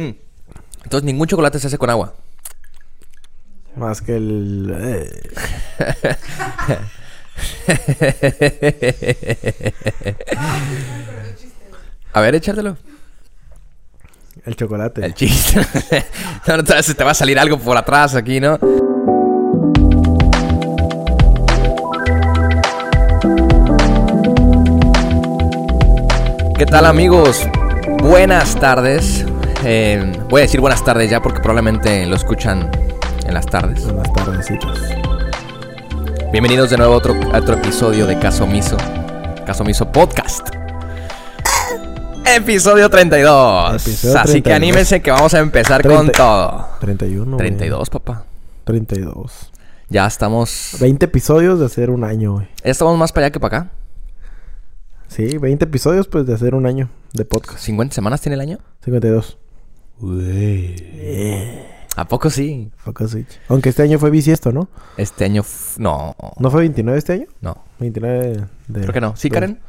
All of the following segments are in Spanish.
Entonces ningún chocolate se hace con agua. Más que el. eh, A ver, échatelo. el chocolate. El chiste. no, no, te vas- te va a salir algo por atrás aquí, ¿no? ¿Qué tal amigos? Buenas tardes. Eh, voy a decir buenas tardes ya porque probablemente lo escuchan en las tardes. Son las tardecitas. Bienvenidos de nuevo a otro, a otro episodio de Caso Miso. Caso Miso Podcast. Episodio 32. Episodio Así que 32. anímense que vamos a empezar con Treinta- todo. 31. güey. 32, papá. 32. Ya estamos. 20 episodios de hacer un año, güey. Ya estamos más para allá que para acá. Sí, 20 episodios, pues, de hacer un año de podcast. 50 semanas tiene el año. 52. ¿A poco sí? Fuck a Eh, switch. Aunque este año fue bisiesto, ¿no? Este año. f- No, ¿No fue 29 este año? no. 29 de... Creo que no. ¿Sí, Karen?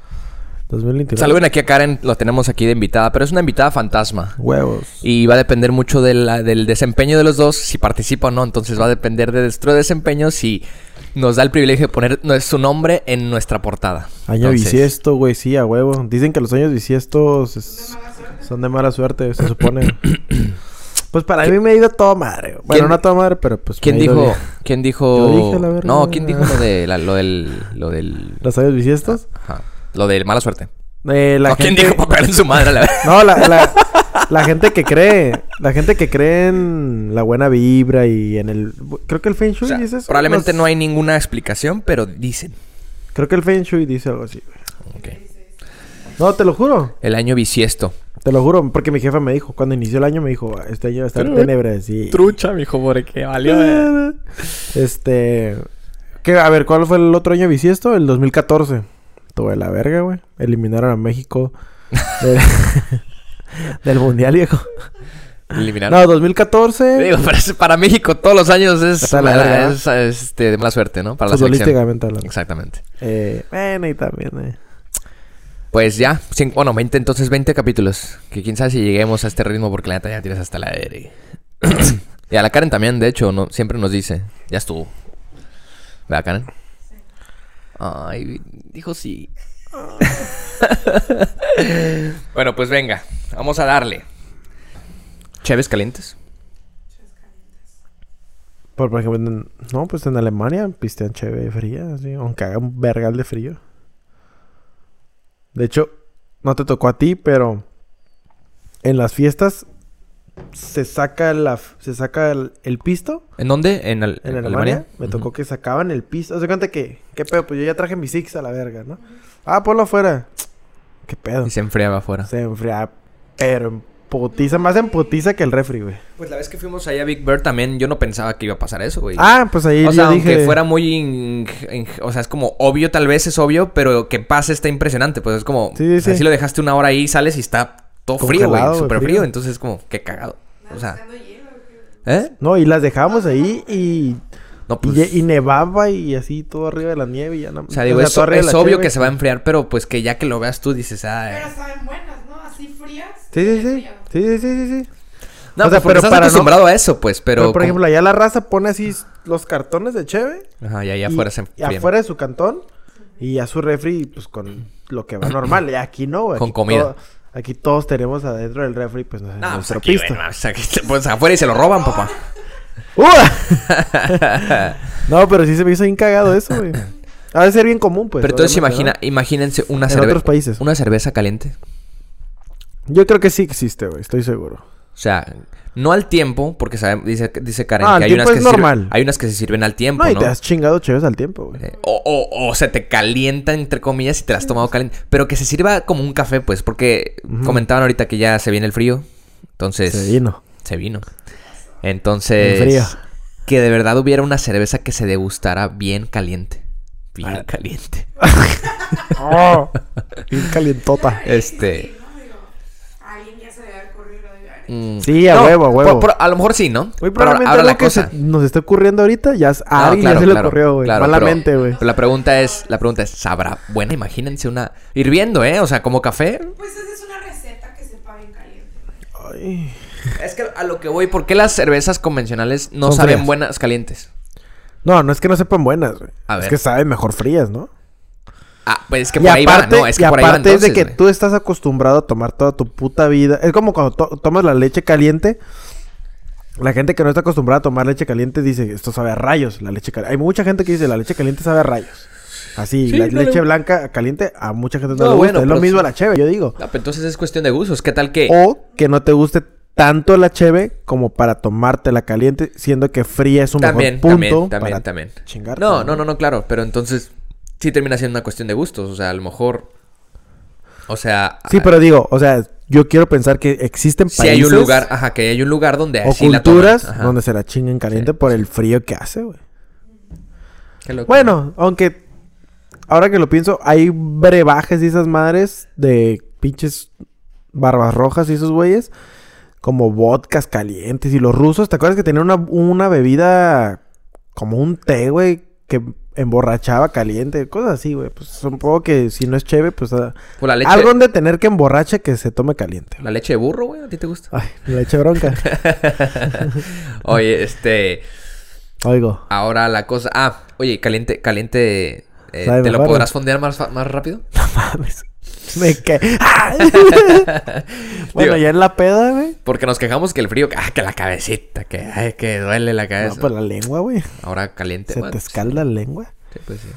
2029. Saluden aquí a Karen, lo tenemos aquí de invitada, pero es una invitada fantasma. Huevos. Y va a depender mucho de la- del desempeño de los dos, si participa o no. Entonces va a depender de nuestro desempeño si nos da el privilegio de poner nue- su nombre en nuestra portada. Año Entonces, bisiesto, güey, Ah, sí, a huevo. Dicen que los años bisiestos es- son de mala suerte, se supone. pues para mí me ha ido todo madre. güey. Bueno, ¿Quién- no a todo madre, pero pues. ¿Quién me ha ido dijo? bien. ¿Quién dijo? Yo dije la verga. No, ¿quién dijo lo, de la- lo del. Lo del. ¿Los años bisiestos? Ajá. Lo de mala suerte. Eh, la no, ¿quién gente- dijo papel en su madre? La verdad? No, la, la, la gente que cree. La gente que cree en la buena vibra y en el. Creo que el Feng Shui O sea, dice eso. probablemente Los- no hay ninguna explicación, pero dicen. Creo que el Feng Shui dice algo así, güey. Ok. No, te lo juro. El año bisiesto. Te lo juro, porque mi jefa me dijo, cuando inició el año me dijo, este año va a estar tenebras y... Trucha, mijo, por qué valió. eh. Este... ¿qué? A ver, ¿cuál fue el otro año bisiesto? El 2014. Tuve la verga, güey. Eliminaron a México de- del Mundial, viejo. Eliminar. No, 2014... Digo, pero es- para México todos los años es, Está la mala- verga, ¿no? es, este, de mala suerte, ¿no? Para la selección. futbolísticamente hablando. Exactamente. Eh, bueno, y también, eh. Pues ya, cin- bueno, 20, entonces 20 capítulos. Que quién sabe si lleguemos a este ritmo porque la neta ya tienes hasta la verga. y a la Karen también, de hecho, no, siempre nos dice. Ya estuvo. ¿Verdad, Karen? Ay, dijo sí. bueno, pues venga, vamos a darle. Cheves calientes. Por, por ejemplo, en- no, pues en Alemania pistean chévere fría, así, aunque haga un vergal de frío. De hecho, no te tocó a ti, pero en las fiestas se saca la f- se saca el, el pisto ¿En dónde? ¿En, Al- en en Alemania. Me tocó que sacaban el pisto. O sea, cuenta que, qué pedo, pues yo ya traje mis six a la verga, ¿no? Ah, ponlo afuera. Qué pedo. Y se enfriaba afuera. Se enfría, pero en putiza, más en putiza que el refri, güey. Pues la vez que fuimos allá a Big Bird también, yo no pensaba que iba a pasar eso, güey. Ah, pues ahí o yo sea, aunque dije. fuera muy... in- in- o sea, es como obvio, tal vez es obvio, pero que pase está impresionante. Pues es como... Sí, sí, o sea, sí. Si lo dejaste una hora ahí, sales y está todo frío, Congelado, güey. güey, Súper frío. frío. Entonces es como, qué cagado. O sea... ¿Eh? No, y las dejábamos ahí y No, Y, pues... ye- y nevaba y así todo arriba de la nieve y ya no... o sea, digo, es- todo arriba es, de la obvio nieve. que se va a enfriar, pero pues que ya que lo veas tú dices, Pero ah... saben buenas, ¿no? Así frías. Sí, sí, sí. frío. Sí, sí, sí, sí, sí. No, O pues, porque sea, pero estás para no- acostumbrado a eso, pues, pero... Pero, por como- ejemplo, allá la raza pone así s- los cartones de cheve. Ajá, y ahí afuera y, se y enfría. afuera de su cantón. Y a su refri, pues, con lo que va normal. Y aquí no, güey. Con Aquí comida. todo- aquí todos tenemos adentro del refri, pues, no sé, No, pues nuestro aquí, pisto. bueno, o sea, que te pones afuera y se lo roban, papá. ¡Uh! no, pero sí se me hizo bien cagado eso, güey. Ha de ser bien común, pues. Pero entonces obviamente, imagina, imagínense una En cerveza. otros países. Una cerveza caliente. ¿no? Yo creo que sí existe, güey. Estoy seguro. O sea, no al tiempo, porque sabe- dice, dice Karen Ah, al que hay tiempo unas que es se sirven- normal. hay unas que se sirven al tiempo, No, y ¿no? te has chingado cheves al tiempo, güey. Eh, O, o- o se te calienta, entre comillas, y te las has tomado caliente. Pero que se sirva como un café, pues, porque comentaban ahorita que ya se viene el frío. Entonces, Se vino. se vino. Entonces, El frío. que de verdad hubiera una cerveza que se degustara bien caliente. Ah. Bien caliente. ¡Oh! Bien calientota. Este. ¿no? Digo, alguien ya se debe haber corrido de ver. Mm. Sí, a huevo, a huevo. por- por- a lo mejor sí, ¿no? Pero Muy ahora- probablemente ahora algo la que cosa. se nos está ocurriendo ahorita ya es- a No, alguien claro, ya se le claro, ocurrió, güey. claro, Malamente, pero- güey. pero la pregunta es, la pregunta es, ¿sabrá? Bueno, imagínense una hirviendo, ¿eh? O sea, como café. Pues esa es una receta que sepa bien caliente. Ay. Es que a lo que voy, ¿por qué las cervezas convencionales no Son saben frías. buenas calientes? No, no es que no sepan buenas, güey. A Es ver. que saben mejor frías, ¿no? Ah, pues es que por ahí va, no, es que y por ahí va aparte es de entonces, que güey. tú estás acostumbrado a tomar toda tu puta vida. Es como cuando to- tomas la leche caliente. La gente que no está acostumbrada a tomar leche caliente dice, esto sabe a rayos, la leche caliente. Hay mucha gente que dice, la leche caliente sabe a rayos. Así, Sí, la no le- leche blanca caliente a mucha gente No, no, le gusta. bueno, es lo pero sí. mismo a la cheve, yo digo. Ah, pues entonces es cuestión de gustos. ¿Qué tal que...? O que no te guste tanto la cheve como para tomártela caliente, siendo que fría es un también, mejor punto también, también, para también. chingarte, No, no, no, no, claro. Pero entonces sí termina siendo una cuestión de gustos. O sea, a lo mejor... O sea... Sí, pero digo, o sea, yo quiero pensar que existen Si hay un lugar, ajá, que hay un lugar donde o así la toman, culturas ajá. donde se la chingan caliente Sí, por el frío que hace, güey. Qué loco. Bueno, aunque ahora que lo pienso, hay brebajes y esas madres de pinches barbas rojas y esos güeyes como vodkas calientes y los rusos, ¿te acuerdas que tenían una, una bebida como un té, güey, que emborrachaba caliente, cosas así, güey? Pues supongo que si no es chévere, pues ah, Pues la leche, algo han de tener que emborrache que se tome caliente. la leche de burro, güey, ¿a ti te gusta? Ay, me la eché bronca. Ah. Oye, este, Oigo. ahora la cosa, ah, oye, caliente, caliente, eh, Sabe ¿te lo mejor, podrás fondear más, fa- más rápido? mames. Me cae. ¡Ah! bueno, Digo- ya en la peda, güey. Porque nos quejamos que el frío, ah, que la cabecita, que, ay, que duele la No, cabeza. pues la lengua, güey. Ahora caliente, Se bueno, te escalda la lengua. sí, pues sí.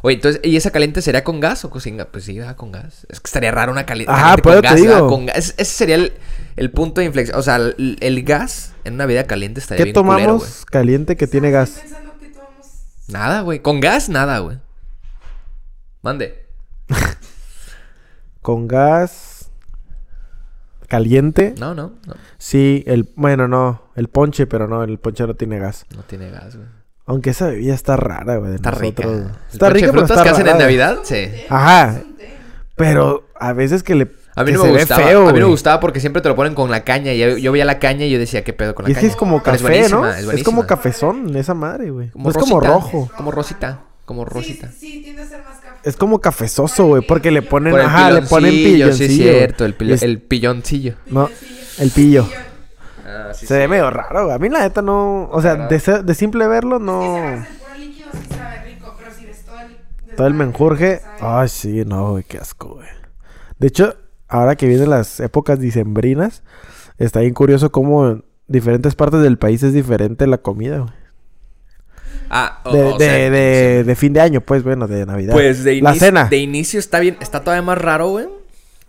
Oye, entonces, ¿y esa caliente sería con gas o con sin gas? Pues sí, ah, con gas. Es que estaría raro una cali- Ajá, caliente por con eso te gas. ¿verdad? digo. Con gas. Es- Ese sería el, el punto de inflexión. O sea, el, el gas en una vida caliente estaría ¿Qué bien culero, tomamos güey. caliente que tiene gas? Estoy pensando que tomamos Nada, güey. Con gas, nada, güey. Mande. Con gas. Caliente. No, no, no. Sí, el. Bueno, no. El ponche, pero no, el ponche no tiene gas. No tiene gas, güey. Aunque esa bebida está rara, güey. de Está rica. nosotros. El Está ponche rica, de pero frutas está que hacen en rara. Navidad, sí. Ajá. un té. Pero a veces que le. A mí que no me se ve gustaba. feo, a mí no me güey. gustaba porque siempre te lo ponen con la caña. Y yo, yo veía la caña y yo decía, ¿qué pedo con la Y es que caña? es como Pero es café, ¿no? buenísima, es Es, buenísima. como cafezón esa madre, güey. No es rosita, como rojo. Como rosita. Como rosita. Sí, sí, tiende a ser más café. Es como cafezoso, güey, porque le ponen, Por el ajá, le ponen pilloncillo. Sí, cierto. El, pilo- Es- el pilloncillo. Eh, no, Piloncillo. el pillo. Pillón. Ah, sí, Se ve medio raro, güey. A mí la neta no, o sea, de, ser- de simple verlo Si no agarras el puro líquido, sí sabe rico, pero si ves todo el... todo el desmadre, menjurje. sabe- Ay, sí, no, güey, qué asco, güey. De hecho, ahora que vienen las épocas dicembrinas, está bien curioso cómo en diferentes partes del país es diferente la comida, güey. Ah, o- De, o de- sea, de- de fin de año, pues, bueno, de Navidad. Pues de La inicio, cena. de inicio está bien, está todavía más raro, güey.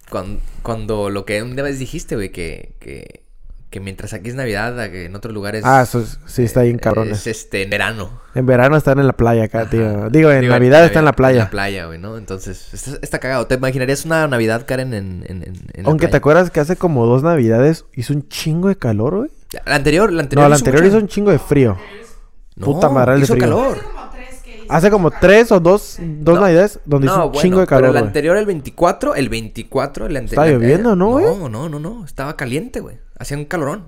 Cuando, cuando lo que una vez dijiste, güey, que, que, que mientras aquí es Navidad, a que en otros lugares. Ah, eso es- sí, está bien cabrones. Es este, en verano. En verano están en la playa acá, tío. Digo, en Digo, Navidad están en la En playa. la playa, güey, ¿no? Entonces, está, está cagado. ¿Te imaginarías una Navidad, Karen, en. en, en- en la Aunque te playa? acuerdas que hace como dos navidades hizo un chingo de calor, güey. La anterior, la anterior. No, la hizo anterior mucho- hizo un chingo de frío. No, puta madre, el de hizo frío. calor. Hace como tres que hizo Hace como calor. tres o dos, dos No. navidades donde hizo un bueno, chingo de Pero calor, el güey. anterior, el 24, el 24, el anterior. Estaba lloviendo, ¿no, güey? No, no, no, no. Estaba caliente, güey. Hacía un calorón.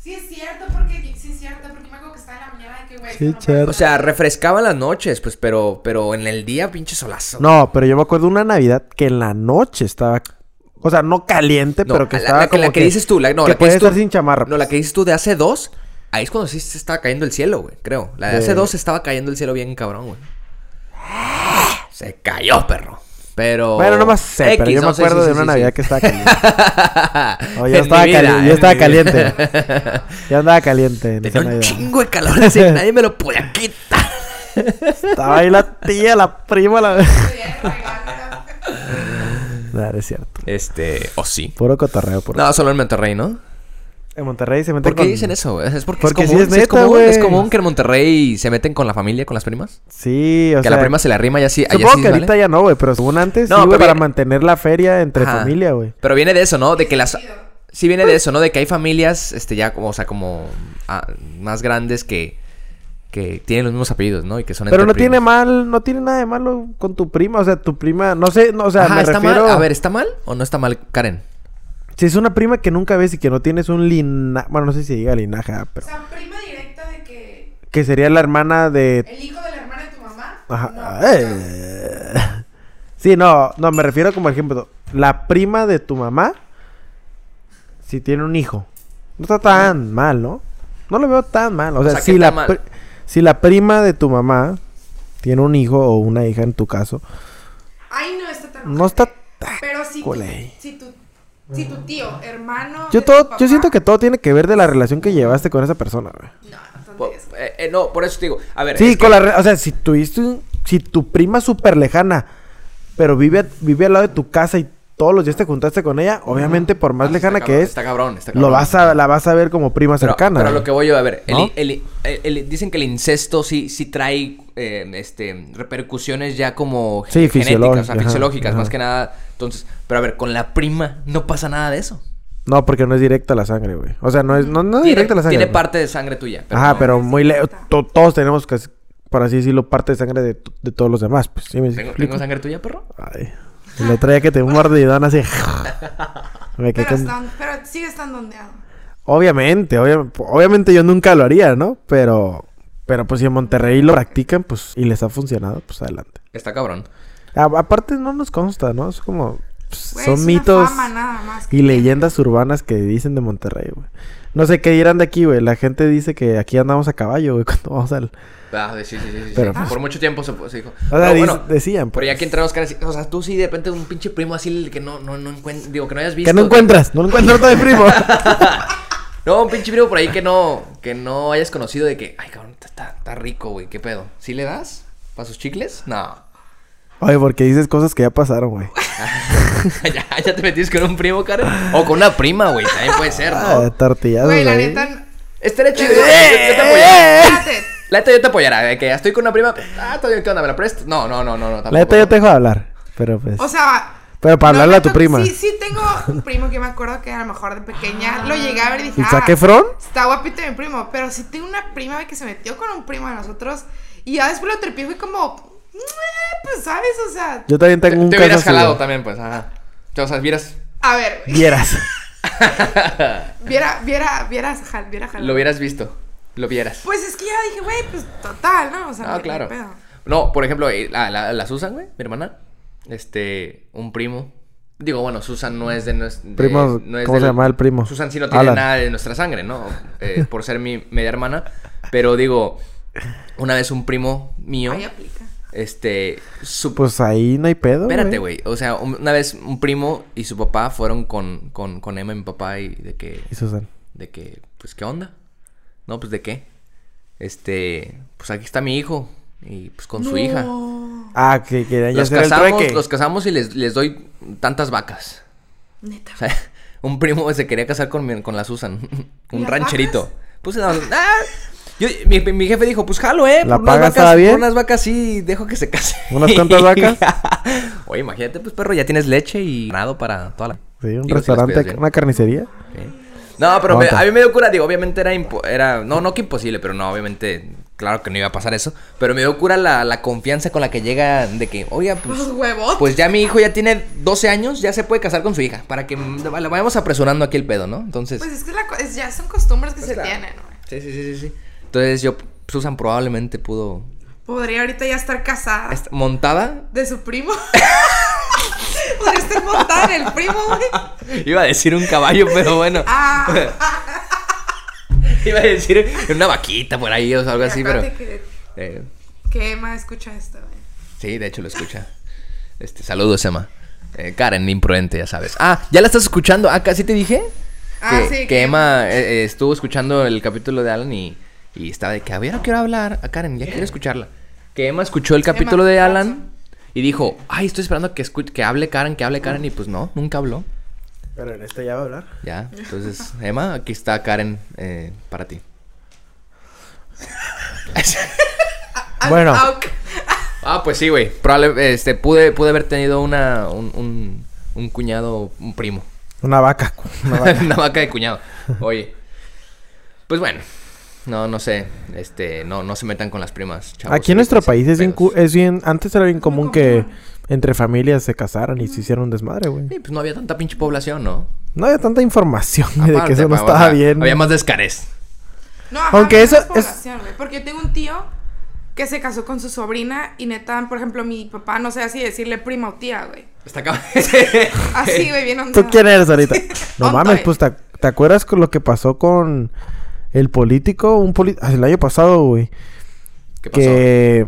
Sí, es cierto, porque... Sí, es cierto, porque me acuerdo que estaba en la mañana de que, güey... Sí, esto no cierto. O sea, refrescaban las noches, pues, pero, pero en el día, pinche solazo. No, pero yo me acuerdo una navidad que en la noche estaba... O sea, no caliente, No, pero que la- estaba la que- como la que dices tú, la- no, que la que puedes dices tú- estar sin chamarra. No, la que dices tú de hace dos, ahí es cuando sí se estaba cayendo el cielo, güey, creo. La de hace De- dos se estaba cayendo el cielo bien cabrón, güey. Se cayó, perro. Pero. Bueno, nomás sé, pero X, yo me no sé, acuerdo sí, de sí, una sí, navidad sí. que estaba caliente. No, yo En estaba, mi vida, cali- yo en estaba mi caliente. vida. Yo andaba caliente en esa Tenía un navidad. chingo de calor así, nadie me lo podía quitar. Estaba ahí la tía, la prima, la... sería de regalo. No, no es cierto. Este, o sí. Puro cotorreo, puro. No, solo en Monterrey, ¿no? En Monterrey se mete ¿Por qué con- dicen eso, güey? Es porque, Porque es sí común, es sí es neta, común, es güey. común que en Monterrey se meten con la familia, con las primas. Sí, o que a sea. la prima se le arrima y así. Supongo que ahorita ya no, güey, pero según antes, No, sí, güey, pero para viene- mantener la feria entre Ajá. familia, güey. Pero viene de eso, ¿no? De que las... Sentido. Sí viene de eso, ¿no? De que hay familias, este, ya como, o sea, como ah, más grandes que, que tienen los mismos apellidos, ¿no? Y que son Pero entre no tiene primos. mal, no tiene nada de malo con tu prima, o sea, tu prima, no sé, no, o sea, Ajá, me ¿está refiero. mal? A ver, ¿está mal o no está mal, Karen? Si es una prima que nunca ves y que no tienes un linaje, bueno, no sé si diga linaje, ah, O pero sea, prima directa de que... que sería la hermana de El hijo de la hermana de tu mamá. Ajá. Ah, No, no. Eh. Sí, no, no, me refiero como ejemplo. La prima de tu mamá. si tiene un hijo, no está tan mal, ¿no? No lo veo tan mal. O, sea, sea, ¿qué si, está la mal? pri- si la prima de tu mamá tiene un hijo o una hija en tu caso, Ay, no está tan. no está... Pero si, tu, Híjole. si, tu, si tu tío, hermano. Ah, de Yo, tu todo, papá- yo siento que todo tiene que ver de la relación que llevaste con esa persona, güey. No, Por- Pues, entonces. eh, eh, no, por eso te digo. A ver. Sí, es con que- la... re- O sea, si tuviste un- Si tu prima es súper lejana, pero vive, a- vive al lado de tu casa y todos los días te juntaste con ella, obviamente por más Ah, lejana está que cabrón, es, Está cabrón, está lo cabrón. vas a, la vas a ver como prima Pero- cercana. eh. Pero, a lo güey. que voy yo, a ver, el- ¿No? el- el- el- dicen que el incesto sí, sí trae eh, este, repercusiones ya como Sí, genéticas, o sea, fisiológica, ajá, fisiológicas, ajá. más que nada. Entonces, pero a ver, con la prima no pasa nada de eso. No, porque no es directa la sangre, güey. O sea, no es, no, no es tiene, directa la sangre. tiene güey. parte de sangre tuya. Ajá, no- pero muy lejos. Todos tenemos, casi, por así decirlo, parte de sangre de, t- de todos los demás. Pues sí, me ¿Tengo, explico? tengo sangre tuya, perro? Ay, le traía que te mordidón así. me quedé Pero, con- están, pero sigue estando ondeado. Obviamente, obvia- obviamente yo nunca lo haría, ¿no? Pero, pero pues si en Monterrey lo practican, pues, y les ha funcionado, pues adelante. Está cabrón. A- aparte no nos consta, ¿no? Es como, pues, Güey, son es una mitos fama nada más que y leyendas urbanas que dicen de Monterrey, güey. No sé qué dirán de aquí, güey. La gente dice que aquí andamos a caballo, güey, cuando vamos al... Ah, sí, sí, sí, sí, sí. Pero, pues- Por mucho tiempo se, se dijo. O sea, Pero dic- bueno, decían, Pero ya pues. que entramos, cara, sí, o sea, tú sí de repente un pinche primo así el que no, no, no encuent- digo, que no hayas visto. Que no encuentras, no lo encuentras de primo. No, un pinche primo por ahí que no, que no hayas conocido de que, ay, cabrón, está- está, está rico, güey, qué pedo. ¿Sí le das? ¿Para sus chicles? No. Oye, porque dices cosas que ya pasaron, güey. ya, ya te metiste con un primo, cara. O con una prima, güey, también puede ser, Ah, ¿no? tortilladas, Güey, la ahí. neta. Estaría chido. ¡Eh! Yo, yo te apoyaría. eh, Espérate. La neta yo te apoyara, de que ya estoy con una prima. Ah, todavía, ¿qué onda? ¿Me la prestas? No, no, no, no, no, tampoco. La neta yo no. te dejo hablar, pero pues... O sea. Pero para hablarle a tu tanto- prima. Sí, sí, tengo un primo que me acuerdo que a lo mejor de pequeña lo llegué a ver y dije. ¿Y ah, saqué Fron? Está guapito mi primo, pero sí tengo una prima güey, que se metió con un primo de nosotros y ya después lo trepié y fui como, "Mua", pues sabes, o sea, Yo también Te, tengo un te caso hubieras así, jalado güey. también, pues, ajá. O sea, vieras, a ver, güey, Vieras. viera, viera, viera, jal- viera, jal- lo hubieras visto, lo vieras. Pues es que ya dije, güey, pues total, ¿no? O sea, Ah, no, claro. pedo. No, por ejemplo, eh, la, la- la Susan, güey, mi hermana. Este, un primo. Digo, bueno, Susan no es de nuestro. Primo, ¿cómo se llama el primo? Susan sí no tiene Alan. nada de nuestra sangre, ¿no? Eh, por ser mi media hermana. Pero digo, una vez un primo mío, Ahí aplica. este, su Pues ahí no hay pedo. Espérate, güey. O sea, un- una vez un primo y su papá fueron con, con, con Emma, mi papá, y de que Y Susan. de que, pues, ¿qué onda? No, pues, ¿de qué? Este, pues aquí está mi hijo y pues con su hija. No, Ah, que querían ya Los hacer el casamos, trueque. los casamos y les, les doy tantas vacas. Neta. O sea, un primo se quería casar con, mi- con la Susan, un ¿Las rancherito. Pues, no, ah, yo- mi, mi jefe dijo, pues jalo, eh. ¿La por unas paga vacas, estaba por bien? unas vacas sí, dejo que se case. ¿Unas cuantas vacas? Oye, imagínate, pues perro, ya tienes leche y ganado para toda la. Pues Sí, Digo, un si las restaurante, cuidas bien. una carnicería. Ok. No, pero me- Aguanta. a mí me dio cura, digo, obviamente era, impo- era, no, no que imposible, pero no, obviamente, claro que no iba a pasar eso, pero me dio cura la, la confianza con la que llega de que, oiga, pues, Los huevos. pues ya mi hijo ya tiene 12 años, ya se puede casar con su hija, para que mm, la vayamos apresurando aquí el pedo, ¿no? Entonces, Pues es que la co- es- ya son costumbres que pues, se era- tienen, Sí, güey. sí, sí, sí, sí. Entonces yo, Susan probablemente pudo, Podría ahorita ya estar casada est- montada, de su primo. Podría estar montada en el primo, güey. iba a decir un caballo, pero bueno, Ah. iba a decir una vaquita por ahí o algo así, pero... Acuérdate que- eh, Que Emma escucha esto, güey. Sí, de hecho lo escucha. Este, saludos, Emma. Eh, Karen, imprudente, ya sabes. Ah, ¿ya la estás escuchando? Ah, ¿casi te dije? Ah, que, sí, Que, que- Emma eh, eh, estuvo escuchando el capítulo de Alan y, y estaba de que, a ver, no quiero hablar. A Karen, ya quiero escucharla. Que Emma escuchó el capítulo de Alan y dijo, ay, estoy esperando que, escu- que hable Karen, que hable Karen. Y pues no, nunca habló. Pero en este ya va a hablar. Ya, entonces, Emma, aquí está Karen eh, para ti. Ah, Bueno. ah, ok. Ah, pues sí, güey. Probable, este, pude, pude haber tenido una, un, un, un cuñado, un primo. Una vaca. Una vaca. Una vaca de cuñado. Oye. Pues bueno. No, no sé. Este, no, no se metan con las primas, chavos. Aquí en nuestro Evítense país es bien, pedos. cu- eh. es bien. Antes era bien común común. que entre familias se casaran y se hicieran un desmadre, güey. Sí, pues no había tanta pinche población, ¿no? No había tanta información güey, de Aparte, que eso no pa- o estaba sea, bien. Había más descarés. No, ajá, Aunque no eso es es- población, güey, Porque yo tengo un tío que se casó con su sobrina y neta, por ejemplo, mi papá no sé así decirle prima o tía, güey. Está acá. Así, güey, bien onda. ¿Tú quién eres ahorita? No Tonto, mames, eh. pues ta- ¿Te acuerdas con lo que pasó con el político? Un poli- ah, El año pasado, güey. ¿Qué pasó? Que...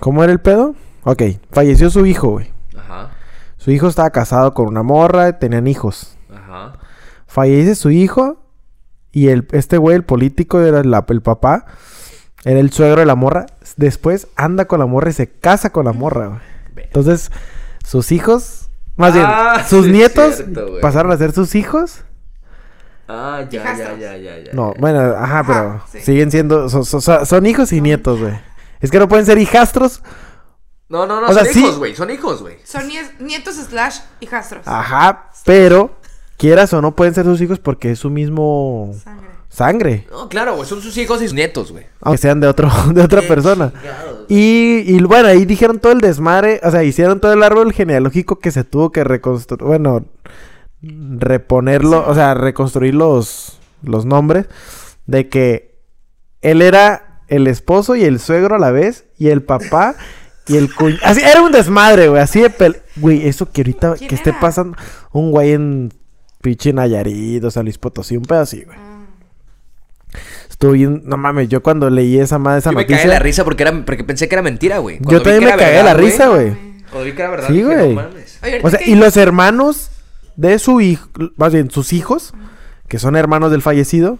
¿Cómo era el pedo? Ok, falleció su hijo, güey. Ajá, Su hijo estaba casado con una morra, tenían hijos. ajá. Fallece su hijo y el, este güey, el político, era la- el papá, era el suegro de la morra. Después anda con la morra y se casa con la morra, güey. Entonces, sus hijos, más Ah, bien, sus sí es nietos cierto, güey. pasaron a ser sus hijos. Ah, ya, ya, ya, ya, ya. No, ya. bueno, ajá, Ajá, pero sí. siguen siendo, son, son- son hijos y nietos, güey. Es que no pueden ser hijastros. No, no, no, o sea, son sí. hijos, güey. Son hijos, güey. Son nie- nietos slash hijastros. Ah. Ajá, pero quieras o no pueden ser sus hijos porque es su mismo Sangre. sangre. No, claro, güey. Son sus hijos y sus nietos, güey. Aunque sean de otro, de otra Qué persona. chingados. Y, y bueno, ahí dijeron todo el desmadre, o sea, hicieron todo el árbol genealógico que se tuvo que reconstruir, bueno, reponerlo, o sea, reconstruir los, los nombres, de que él era el esposo y el suegro a la vez, y el papá y el cuñado. Así, era un desmadre, güey, así de pel... Güey, eso que ahorita, ¿Quién que esté era? pasando un güey en pinche Nayarit, o sea, Luis Potosí, un pedo así, güey. Ah. Estuve bien, no mames, yo cuando leí esa madre, esa Yo me noticia... cagué de la risa porque, era, porque pensé que era mentira, güey. Cuando yo vi también que me era cagué de la verdad, risa, Ah, güey. Cuando vi que era verdad, Sí, dije, no güey. mames. Oye, ahorita O sea, que- y los hermanos de su hijo, más bien sus hijos, que son hermanos del fallecido,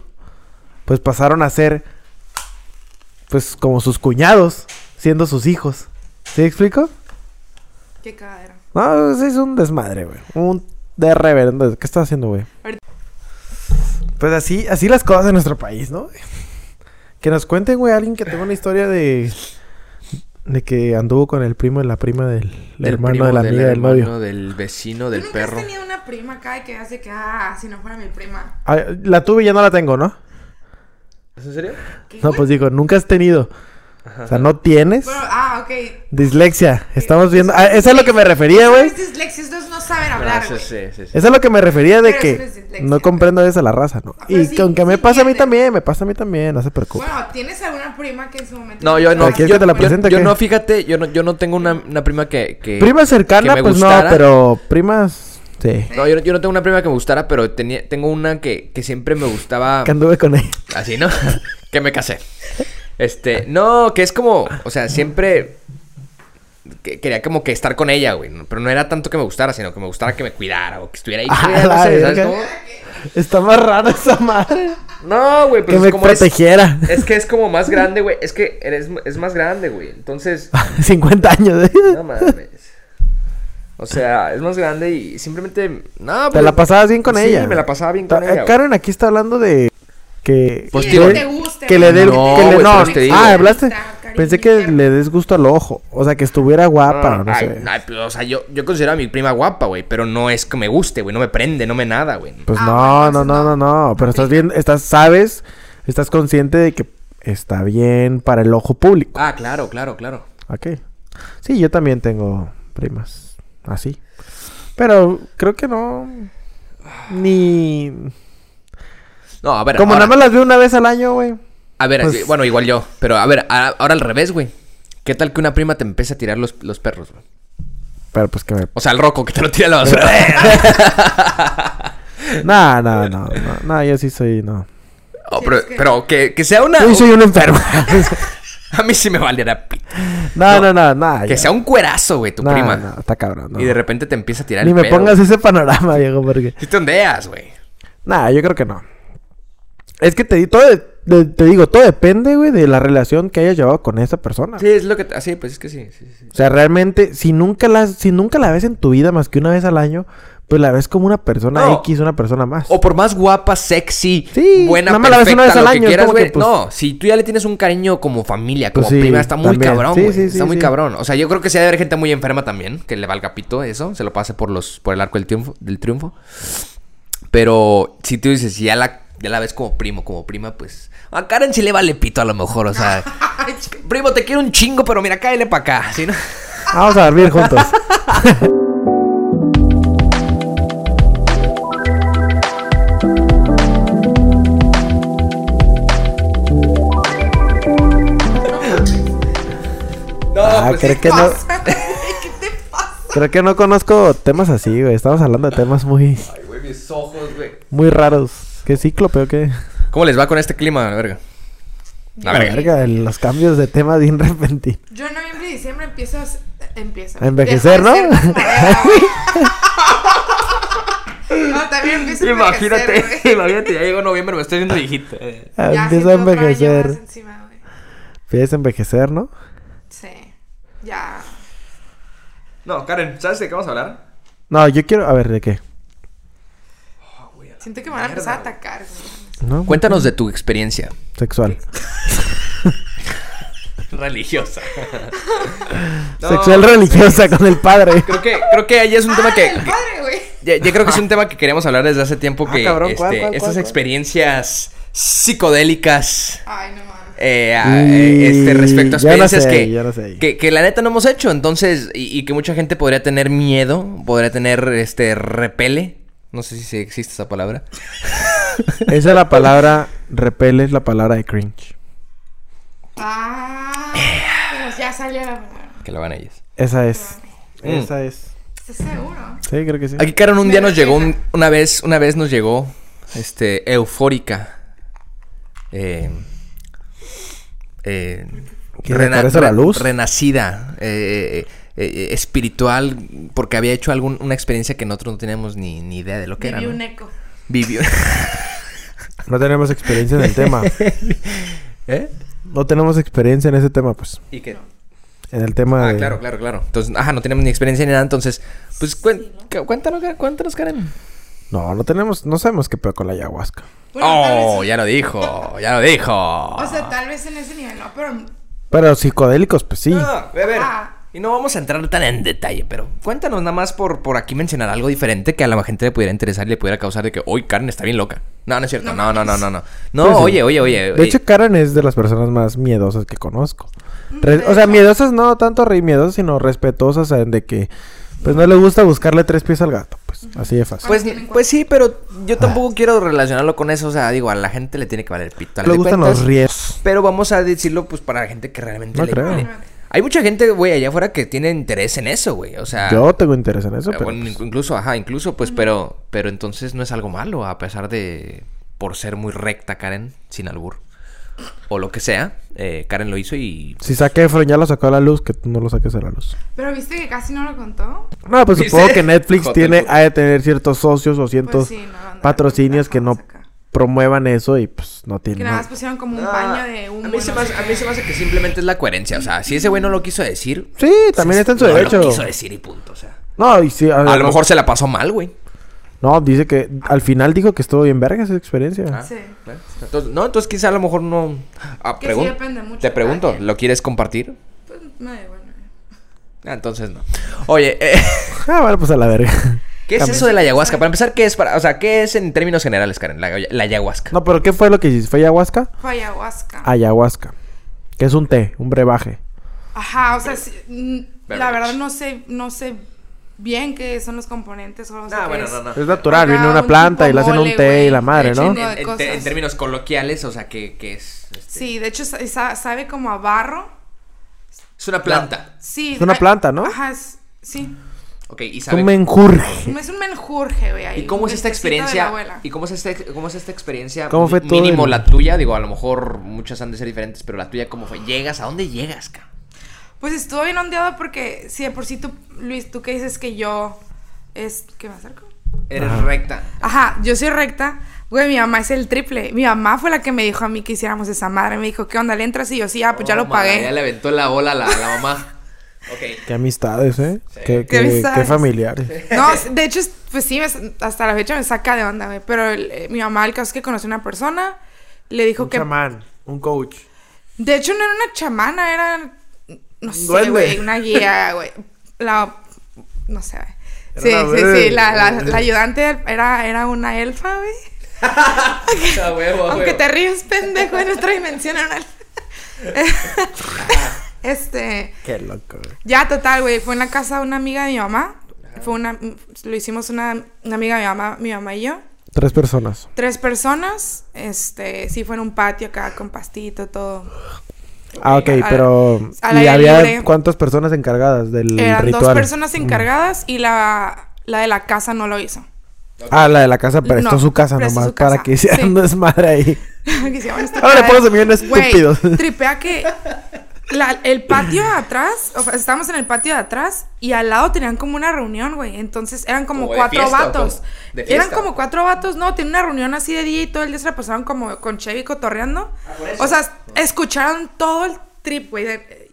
pues pasaron a ser, pues como sus cuñados, siendo sus hijos. ¿Sí me explico? Qué cagadera. No, sí, es un desmadre, güey. Un de reverendo. des- ¿Qué estás haciendo, güey? Ahorita- Pues así, así las cosas en nuestro país, ¿no? Que nos cuenten, güey, alguien que tenga una historia de... De que anduvo con el primo y la prima del, Del hermano primo, de la del amiga del novio. hermano, Del vecino, ¿Tú del nunca perro. has tenido una prima acá que hace que, ah, si no fuera mi prima? Ah, La tuve y ya no la tengo, ¿no? ¿Es en serio? ¿Qué, No, güey? pues digo, nunca has tenido. O sea, no tienes Bueno, eh, ah, ok. dislexia. Estamos viendo. Ah, eso es lo que me refería, güey. Los dislexios dos no saben hablar, sí, güey. sí, sí, sí. Eso es lo que me refería de Pero eso no es que dislexia. no comprendo a veces la raza, ¿no? Ah, pero Y sí, que aunque me sí pasa a mí entiende. también, me pasa a mí también, no se preocupe. Bueno, ¿tienes alguna prima que en su momento... No, yo no. ¿Quieres yo, que te la yo- presente o yo qué? no, fíjate, yo no, yo no tengo una, una prima que, que- Prima cercana, que me pues no, gustara. pero primas, sí. No, yo, no- yo no tengo una prima que me gustara, pero tenía, tengo una que, que siempre me gustaba. Que anduve con ella. Así, ¿no? que me casé. Este, no, que es como, o sea, siempre que- quería como que estar con ella, güey. Pero no era tanto que me gustara, sino que me gustara que me cuidara o que estuviera ahí. Ah, con ella, la no, sé, ¿sabes verga. cómo? Está más rara esa madre. No, güey, Que pero es me Pues como es, protegiera. es que es como más grande, güey. Es que eres, es más grande, güey. Entonces, 50 años. ¿eh? no mames. O sea, es más grande y simplemente. No, Te pues- la pasabas bien con sí, ella. me la pasaba bien Ta- con ella. eh, güey. Karen aquí está hablando de que Pues, Que tío, te guste, que güey. le dé No, que le güey, no. pues, te digo. Ah, hablaste. Cariñita. Pensé que le des gusto al ojo, o sea, que estuviera guapa, No, Ah, no, Ah, ay, sé. ay, pero, o sea, yo, yo considero a mi prima guapa, güey, pero no es que me guste, güey, no me prende, no me nada, güey. Pues Ah, no, bueno, no, entonces no, no, no, pero estás bien, estás sabes, estás consciente de que está bien para el ojo público. Ah, claro, claro, claro. Ok. Sí, yo también tengo primas así. Pero creo que no ni No, a ver, como ahora- nada más las veo una vez al año, güey. a ver, eh, pues- bueno, igual yo, pero a ver, a- ahora al revés, güey. ¿Qué tal que una prima te empiece a tirar los, los perros, güey? Pero pues que me O sea, el roco que te lo tira a la basura. No, no, no, no, no, yo sí soy, no. Oh, pero pero que, que sea una... Yo soy un enfermo. A mí sí me valiera pito. no, no, no, no. Que sea un cuerazo, güey, tu prima. Ah, No, está cabrón. No. Y de repente te empieza a tirar Ni el me pedo, pongas güey. ese panorama, Diego, porque. Sí te ondeas, güey. Nah, yo creo que no. Es que te, di- todo de- de- te digo, todo depende, güey, de la relación que hayas llevado con esa persona. Sí, es lo que... te- Así, pues es que sí, sí, sí. O sea, realmente, si nunca, la, si nunca la ves en tu vida más que una vez al año, pues la ves como una persona No. X, una persona más. O por más guapa, sexy, Sí, buena, nada más la ves perfecta, una vez al lo que año, es quieras, como que, güey. pues- No, si tú ya le tienes un cariño como familia, como Pues sí, prima, está muy también. cabrón, Sí, güey. sí, sí, está muy sí. cabrón. O sea, yo creo que sí ha de haber gente muy enferma también, que le valga pito eso, se lo pase por los, por el arco del triunfo, del triunfo. Pero si tú dices, si ya la, ya la ves como primo, como prima, pues. A Karen sí le vale pito a lo mejor, o sea. Ay, ch- Primo, te quiero un chingo, pero mira, cáele para acá. ¿sí, no? Ah, Vamos a dormir juntos. No, Ah, pues, creo sí. que no, pasa, güey? ¿Qué te pasa? creo que no conozco temas así, güey. Estamos hablando de temas muy. Ay, güey, mis ojos, güey. Muy raros. ¿Qué cíclope o qué? ¿Cómo les va con este clima, la verga? La La verga. verga, el- los cambios de tema bien repentinos. Yo en noviembre y diciembre empiezo a, s- empiezo. A envejecer, Dejo de ¿no? ser modelo, güey. no, también empiezo a envejecer, Imagínate, güey. imagínate, ya llegó noviembre, me estoy viendo viejito. eh. Ya Empieza siento a otro año más envejecer. encima, güey. Empieza a envejecer, ¿no? Sí. Ya. No, Karen, ¿sabes de qué vamos a hablar? No, yo quiero. A ver, ¿de qué? Siento que me van a empezar a atacar, güey. ¿No? Cuéntanos de tu experiencia Sexual. religiosa. No, pues, Sexual religiosa con el padre. Creo que, creo que ahí es un tema Ah, que. del padre, güey. Ya, ya creo que es un tema que queríamos hablar desde hace tiempo. Que Ah, cabrón, ¿cuál, este, cuál, cuál, estas cuál? experiencias psicodélicas. Ay, no mames. eh, a- eh, este, respecto a Ya no sé, experiencias que, ya no sé. que, que la neta no hemos hecho, entonces, y, y que mucha gente podría tener miedo, podría tener este repele, no sé si existe esa palabra. Esa es la palabra repele, es la palabra de cringe. Ah, pues ya salió la mamá. Que la van ellos. Esa es. Mm. Esa es. ¿Estás seguro? Sí, creo que sí. Aquí Karen un día Me nos llegó un- repela. una vez, una vez nos llegó este eufórica. Eh, eh, ¿Que le aparece la luz? Renacida, eh, eh, eh, espiritual, porque había hecho algún, una experiencia que nosotros no teníamos ni, ni idea de lo que Viví era. ¿no? un eco. Vivió. No tenemos experiencia en el tema. ¿Eh? No tenemos experiencia en ese tema, pues. ¿Y qué? En el tema Ah, de. claro, claro, claro. Entonces, ajá, no tenemos ni experiencia ni nada, entonces, pues cuen- cu- cuéntanos, Karen, cuéntanos, Karen. No, no tenemos. No sabemos qué pedo con la ayahuasca. Bueno, tal oh, vez- ya lo dijo, ya lo dijo. O sea, tal vez en ese nivel no, pero Pero psicodélicos, pues sí. No, a ver. Ah. Y no vamos a entrar tan en detalle, pero cuéntanos nada más por, por aquí mencionar algo diferente que a la gente le pudiera interesar y le pudiera causar de que, uy, Karen está bien loca. No, no es cierto, no, no, No. no, no, no. No, Pues sí. oye, oye, oye. De oye. Pues, hecho, Karen es de las personas más miedosas que conozco. Re- de o sea, hecho. miedosas no tanto re miedosas, sino respetuosas en de que pues no le gusta buscarle tres pies al gato, pues así de fácil. pues, tienen cuatro. pues sí, pero Ah. yo tampoco quiero relacionarlo con eso. O sea, digo, a la gente le tiene que valer pito. a la le de gustan cuentas, los riesgos. Pero vamos a decirlo, pues, para la gente que realmente No le creo. vale. Hay mucha gente, güey, allá afuera que tiene interés en eso, güey. O sea, Yo tengo interés en eso, Eh, pero bueno, pues, inc- incluso, ajá, incluso, pues, pero, pero entonces no es algo malo, a pesar de, por ser muy recta Karen, sin albur, o lo que sea, eh, Karen lo hizo y... si saque Efron ya lo sacó a la luz, que tú no lo saques a la luz. Pero viste que casi no lo contó. No, pues ¿Viste? supongo que Netflix Joder, tiene puto. ha de tener ciertos socios o ciertos sí, no, no, no, patrocinios no, que no vamos acá. promuevan eso y pues no Que tiene nada nada. más pusieron como un baño de humo. Ah, a, mí se no me sé hace, a qué. mí se me hace que simplemente es la coherencia, o sea, si ese güey no lo quiso decir... Sí, también está en su no derecho. lo quiso decir y punto, o sea. No, y sí, A lo mejor se la pasó mal, güey. No, dice que al final dijo que estuvo bien verga esa experiencia. Ah, Sí. claro. Entonces, no, entonces quizá a lo mejor no... Ah, pues. Que sí pregun- depende mucho Te de pregunto, cada quien. ¿lo quieres compartir? Pues me da igual. ¿no? Ah, entonces no. Oye, eh... Ah, bueno, pues a la verga. ¿Qué es Cambio. eso de la ayahuasca? Para empezar, ¿qué es para, o sea, qué es en términos generales, Karen? La, la ayahuasca. No, pero ¿qué fue lo que hiciste? ¿Fue ayahuasca? Fue ayahuasca. Ah. Ayahuasca. Que es un té, un brebaje. Ajá, o sea, sí, mm, la Beverage. verdad no sé, no sé bien qué son los componentes. Solo sé Ah, que bueno, es- no, no. Es natural, Acá viene una Ah, un planta y tipo le hacen un mole, té y güey. la madre, De ¿no? hecho, En, de en cosas. te- en términos coloquiales, o sea, ¿qué, qué es? este? Sí, de hecho sa- sa- sabe como a barro. Es una planta. Sí. Es una ay, planta, ¿no? Ajá, es- sí. Ok, y Es un sabe... menjurje. No es un menjurje, güey. ahí, ¿Y cómo un es esta bistecito de la experiencia? abuela. ¿Y cómo es, esta ex- cómo es esta experiencia? ¿Cómo fue Mi- todo Mínimo el- la tuya, digo, a lo mejor muchas han de ser diferentes, pero la tuya, ¿cómo fue? ¿Llegas? ¿A dónde llegas, Karen? Pues estuvo bien ondeado porque si de por sí tú, Luis, tú que dices que yo es que me acerco. Eres recta. Ajá, yo soy recta. Güey, mi mamá es el triple. Mi mamá fue la que me dijo a mí que hiciéramos esa madre. Me dijo, ¿qué onda? ¿Le entras? Y yo, sí, ah, pues ya Oh, lo madre, pagué. Ya le aventó la bola a la, a la mamá. Ok. Qué amistades, ¿eh? Qué, qué- amistades. qué familiares. No, de hecho, es- pues sí, me s- hasta la fecha me saca de onda, güey. Pero el- eh, mi mamá, el caso es que conoció a una persona, le dijo que... chamán, un coach. De hecho, no era una chamana, era... No sé, duende. güey, una guía, güey. La... No sé, güey. Era Sí, una sí, sí, verde. la, la- la ayudante era, era una elfa, güey. A huevo, a Aunque Oh, huevo. te ríes, pendejo, en otra dimensión era una elfa. este... Qué loco, güey. Ya, total, güey. Fue en la casa de una amiga de mi mamá. Fue una... mm, Lo hicimos una, una amiga de mi mamá, mi mamá y yo. Tres personas. Tres personas. Este... Sí fue en un patio acá con pastito, todo. Ah, ok, Al- pero. al ¿Y aire había libre. cuántas personas encargadas del Eran ritual? dos personas encargadas y la... La de la casa no lo hizo. Ah, la de la casa prestó No, su casa prestó nomás su para casa, que hicieran sí. desmadre ahí. que se llaman Ahora le pones de millón Güey, estúpido. Tripea que la- el patio de atrás, o sea, estábamos en el patio de atrás y al lado tenían como una reunión, güey. Entonces eran como, ¿Como de cuatro fiesta o vatos. cómo? ¿De Eran fiesta? como cuatro vatos, no, tenían una reunión así de día y todo el día se la pasaban como con Chevy cotorreando. Ah, o sea, escucharon todo el trip, güey, de,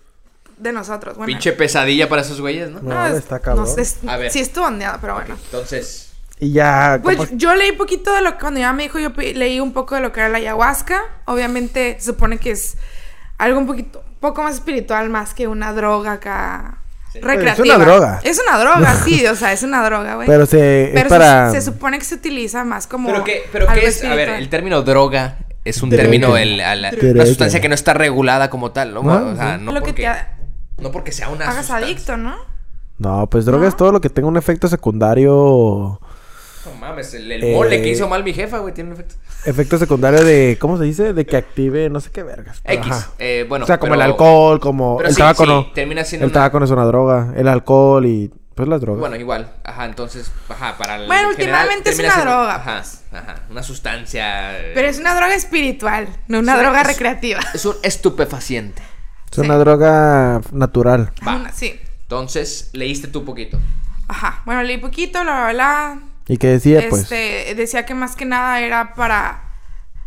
de nosotros. Bueno, Pinche pesadilla para esos güeyes, ¿no? No, Ah, es- está cabrón. no sé, es- A ver. Sí, estuvo ondeada, pero bueno. Entonces, Y ya. Pues compa- yo leí poquito de lo que cuando ya me dijo, yo pe- leí un poco de lo que era la ayahuasca. Obviamente se supone que es algo un poquito, poco más espiritual más que una droga acá recreativa. Pues es una droga. Es una droga, sí, o sea, es una droga, güey. Pero se. Pero es se- para. se, supone que se utiliza más como ¿pero qué, pero qué algo es? A ver, espiritual. el término droga es un Droga. término, el, a la- Droga. una sustancia que no está regulada como tal, ¿no? No, o sea, no, Lo que porque, te ha- no porque sea una hagas sustancia. adicto, ¿no? No, pues droga es No. todo lo que tenga un efecto secundario. No mames, el, el Eh. mole que hizo mal mi jefa, güey, tiene un efecto. Efecto secundario de. ¿Cómo se dice? De que active no sé qué vergas. pero X. ajá. eh, bueno, o sea, como pero- el alcohol, como. pero El sí, tabaco sí, no. termina siendo el una- tabaco no es una droga. El alcohol y. Pues las drogas. Bueno, igual, ajá, entonces, ajá, para el Bueno, en general, últimamente es termina una siendo- droga, Ajá, pues. ajá, una sustancia. eh, Pero es una droga espiritual, no una Es una- droga es- recreativa. es un estupefaciente. es una droga natural. Va. Una- sí. Entonces, leíste tú poquito. Ajá. Bueno, leí poquito, bla, bla, bla. ¿Y qué decía? Pues Este, decía que más que nada era para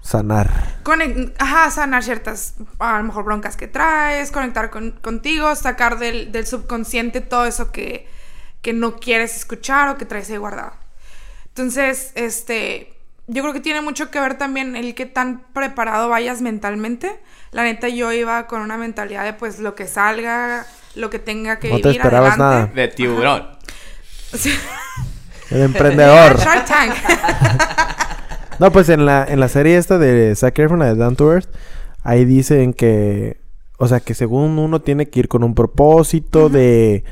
sanar. Conec- ajá, sanar ciertas, a lo mejor broncas que traes, conectar con- contigo, sacar del, del subconsciente todo eso que, que no quieres escuchar o que traes ahí guardado. Entonces, este, yo creo que tiene mucho que ver también el que tan preparado vayas mentalmente. La neta, yo iba con una mentalidad de pues lo que salga, lo que tenga que No te vivir esperabas adelante. De tiburón. El emprendedor. Shark Tank. No, pues en la, en la serie esta de Zac Efron, la de Down to Earth, ahí dicen que, o sea, que según uno tiene que ir con un propósito de,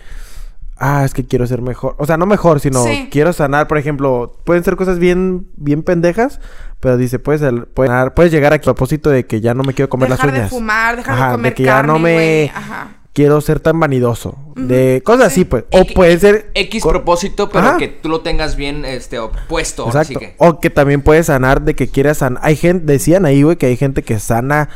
ah, es que quiero ser mejor, o sea, no mejor, sino Sí. quiero sanar, por ejemplo, pueden ser cosas bien, bien pendejas, pero dice, puedes, el- puedes, sanar- puedes llegar a propósito de que ya no me quiero comer dejar las uñas. de fumar, dejar Ajá, de de comer que ya carne, no me- güey. Ajá. Quiero ser tan vanidoso. De cosas así, pues. O X- puede ser... X co- propósito, pero Ajá. que tú lo tengas bien este, opuesto. ahora sí que. Exacto. O que también puede sanar de que quieras sanar. Hay gente, decían ahí, güey, que hay gente que sana.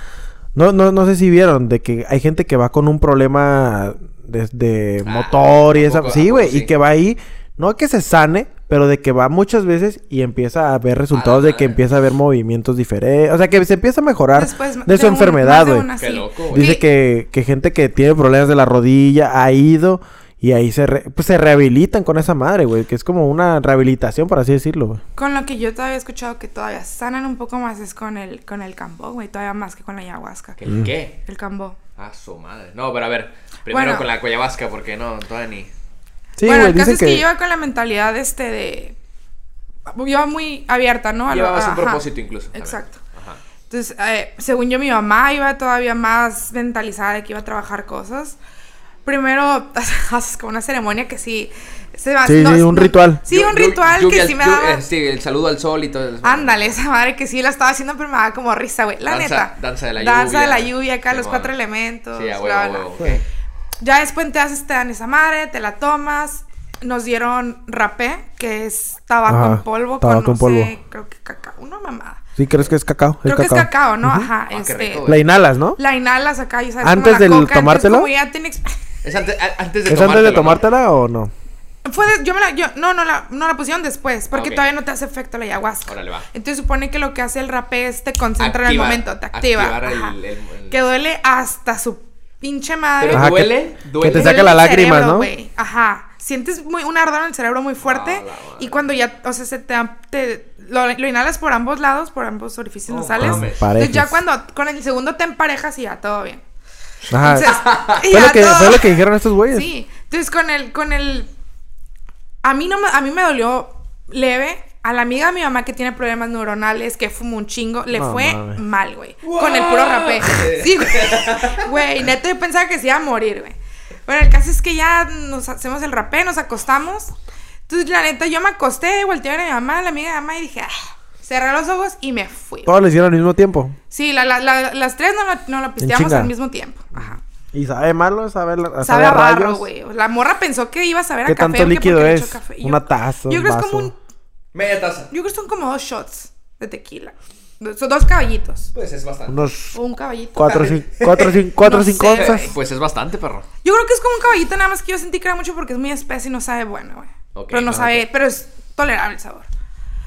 No, no, no sé si vieron, de que hay gente que va con un problema de, de Ah, motor y ¿a esa. poco- sí, a güey, poco y sí? que va ahí, no que se sane, pero de que va muchas veces y empieza a ver resultados de que Ah, madre. empieza a ver movimientos diferentes. O sea, que se empieza a mejorar Después de su un- más enfermedad, de güey. una, Qué sí. loco, güey. Dice Y- que, que gente que tiene problemas de la rodilla ha ido y ahí se, re- pues, se rehabilitan con esa madre, güey. Que es como una rehabilitación, por así decirlo, güey. Con lo que yo todavía he escuchado que todavía sanan un poco más es con el, con el cambo, güey, todavía más que con la ayahuasca. ¿Que Mm. ¿Qué? El cambo. A su madre. No, pero a ver, primero Bueno. con la cuellavasca, porque no, todavía ni. Sí, bueno, güey, el caso dicen es que... que... yo iba con la mentalidad este de... Yo iba muy abierta, Ah, ¿no? A lo- Llevabas un ajá. propósito incluso. también. Exacto. Ajá. Entonces, eh, según yo, mi mamá iba todavía más mentalizada de que iba a trabajar cosas. Primero haces como una ceremonia que sí... Se va, Sí, sí, un ritual. Sí, Llu- un llu- ritual lluvia que al- sí me llu- daba... eh, sí, el saludo al sol y todo eso. Ándale, esa madre que sí la estaba haciendo, pero me daba como risa, güey. La Danza- neta. danza de la Danza de lluvia. la lluvia, acá Sí, los mon. cuatro elementos. Sí, a huevo, bla, a bla, huevo. bla. Ya después te haces, te dan esa madre, te la tomas. Nos dieron rapé, que es tabaco Ajá, en polvo Ah, tabaco con, en no polvo. sé, creo que cacao, una mamada. Sí, crees que es cacao. Creo que es cacao, ¿no? Ajá, Ah, qué este. rico, güey. La inhalas, ¿no? la inhalas acá y sabes como ¿Antes la del coca, entonces tomártelo? como ya tiene exp- Es antes, a- antes de ¿Es antes tomártelo, de ¿no? tomártela o no? Fue de- yo me la, yo, no, no la, no la pusieron después, porque Ok. todavía no te hace efecto la ayahuasca. Órale, va. Entonces supone que lo que hace el rapé es te concentra en el Activar- momento, te activa. activar el- ajá. el- el- Que duele hasta su pinche madre. Pero Ajá, que- duele, duele. que te saca la Duele el lágrima, cerebro, ¿no? güey. Ajá. Sientes muy, un ardor en el cerebro muy fuerte. Ah, la madre. y cuando ya, o sea, se te, te- lo, lo inhalas por ambos lados, por ambos orificios No nasales. Oh, mames. Parejas. Entonces ya cuando con el segundo te emparejas y ya todo bien. Ajá. Entonces, fue, y ya lo que, todo- fue lo que dijeron estos güeyes. Sí, entonces con el, con el, a mí no, me- a mí me dolió leve. A la amiga de mi mamá que tiene problemas neuronales, que fumó un chingo, le No fue mames. mal, güey. Con el puro rapé. Sí, güey. Güey, neta, yo pensaba que se iba a morir, güey. Bueno, el caso es que ya nos hacemos el rapé, nos acostamos. Entonces, la neta, yo me acosté, volteé a ver a mi mamá, a la amiga de mi mamá, y dije, ah, cerré los ojos y me fui. Todos lo hicieron al mismo tiempo. Sí, la- la- la- las tres no la, no la pisteamos chinga. al mismo tiempo. Ajá. Y sabe malo, sabe, la- Sabe a barro, rayos. güey. La morra pensó que iba a saber a ¿Qué café. tanto o que líquido porque le es? echó café. Una taza, Yo un creo que es como vaso. un Media taza. Yo creo que son como dos shots de tequila. Son dos caballitos. Pues es bastante. Unos O un caballito. 4 cuatro, cin- cuatro, No cinco sé, onzas. güey. Pues es bastante, perro. Yo creo que es como un caballito, nada más que yo sentí que era mucho porque es muy espeso y no sabe bueno, güey. Ok, pero no ah, sabe, ok. pero es tolerable el sabor.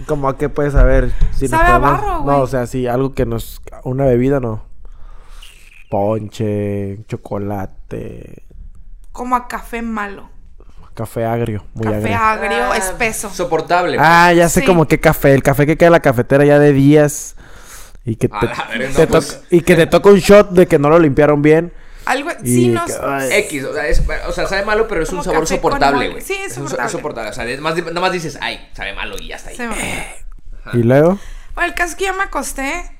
Como a qué puedes saber si nos Sabe a podemos- barro, güey. No, o sea, sí, algo que nos una bebida no. Ponche, chocolate, Como a café malo. café agrio, muy café agrio. agrio, Ah, espeso. Soportable. Ah, ya sé Sí. como qué café, el café que queda en la cafetera ya de días y que te, A la verga, no, te pues. toca- y que te toca un shot de que no lo limpiaron bien. Algo, Y sí, no. que- ah, ay. X, o sea, es- o sea, sabe malo, pero es Como un sabor café con soportable, mole. güey. Sí, es un so- soportable. soportable. O sea, es más, de- nada más dices, ay, sabe malo y ya está ahí. se me- Y luego Bueno, el caso es que yo me acosté.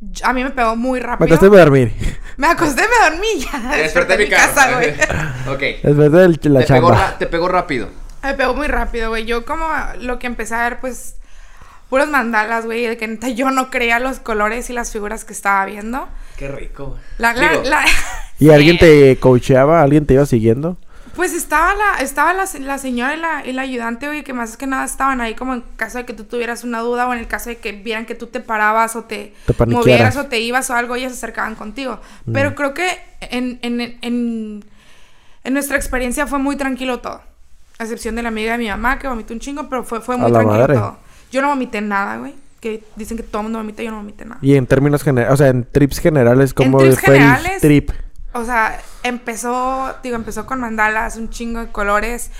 yo- A mí me pegó muy rápido. me acosté de dormir. Me acosté, me dormí y ya. Te Desperté en mi casa, güey. ok. Es verdad el- la te, pegó chamba. ra- te pegó rápido. Me pegó muy rápido, güey. Yo como lo que empecé a ver, pues, puros mandalas, güey. De que neta yo no creía los colores y las figuras que estaba viendo. Qué rico. La, la- Digo, la- ¿Y alguien te coacheaba? ¿Alguien te iba siguiendo? pues estaba la, estaba la, se- la señora y la, y la ayudante, güey, que más que nada estaban ahí como en caso de que tú tuvieras una duda o en el caso de que vieran que tú te parabas o te, Te paniquearas. Mm. movieras o te ibas o algo, ellas se acercaban contigo. Pero creo que en, en- en- en nuestra experiencia fue muy tranquilo todo. A excepción de la amiga de mi mamá que vomitó un chingo, pero fue, fue A muy la tranquilo madre. todo. Yo no vomité nada, güey. Que dicen que todo el mundo vomita, yo no vomité nada. Y en términos generales, o sea, en trips generales, ¿cómo trips fue el generales, trip? O sea, empezó, digo, empezó con mandalas, un chingo de colores.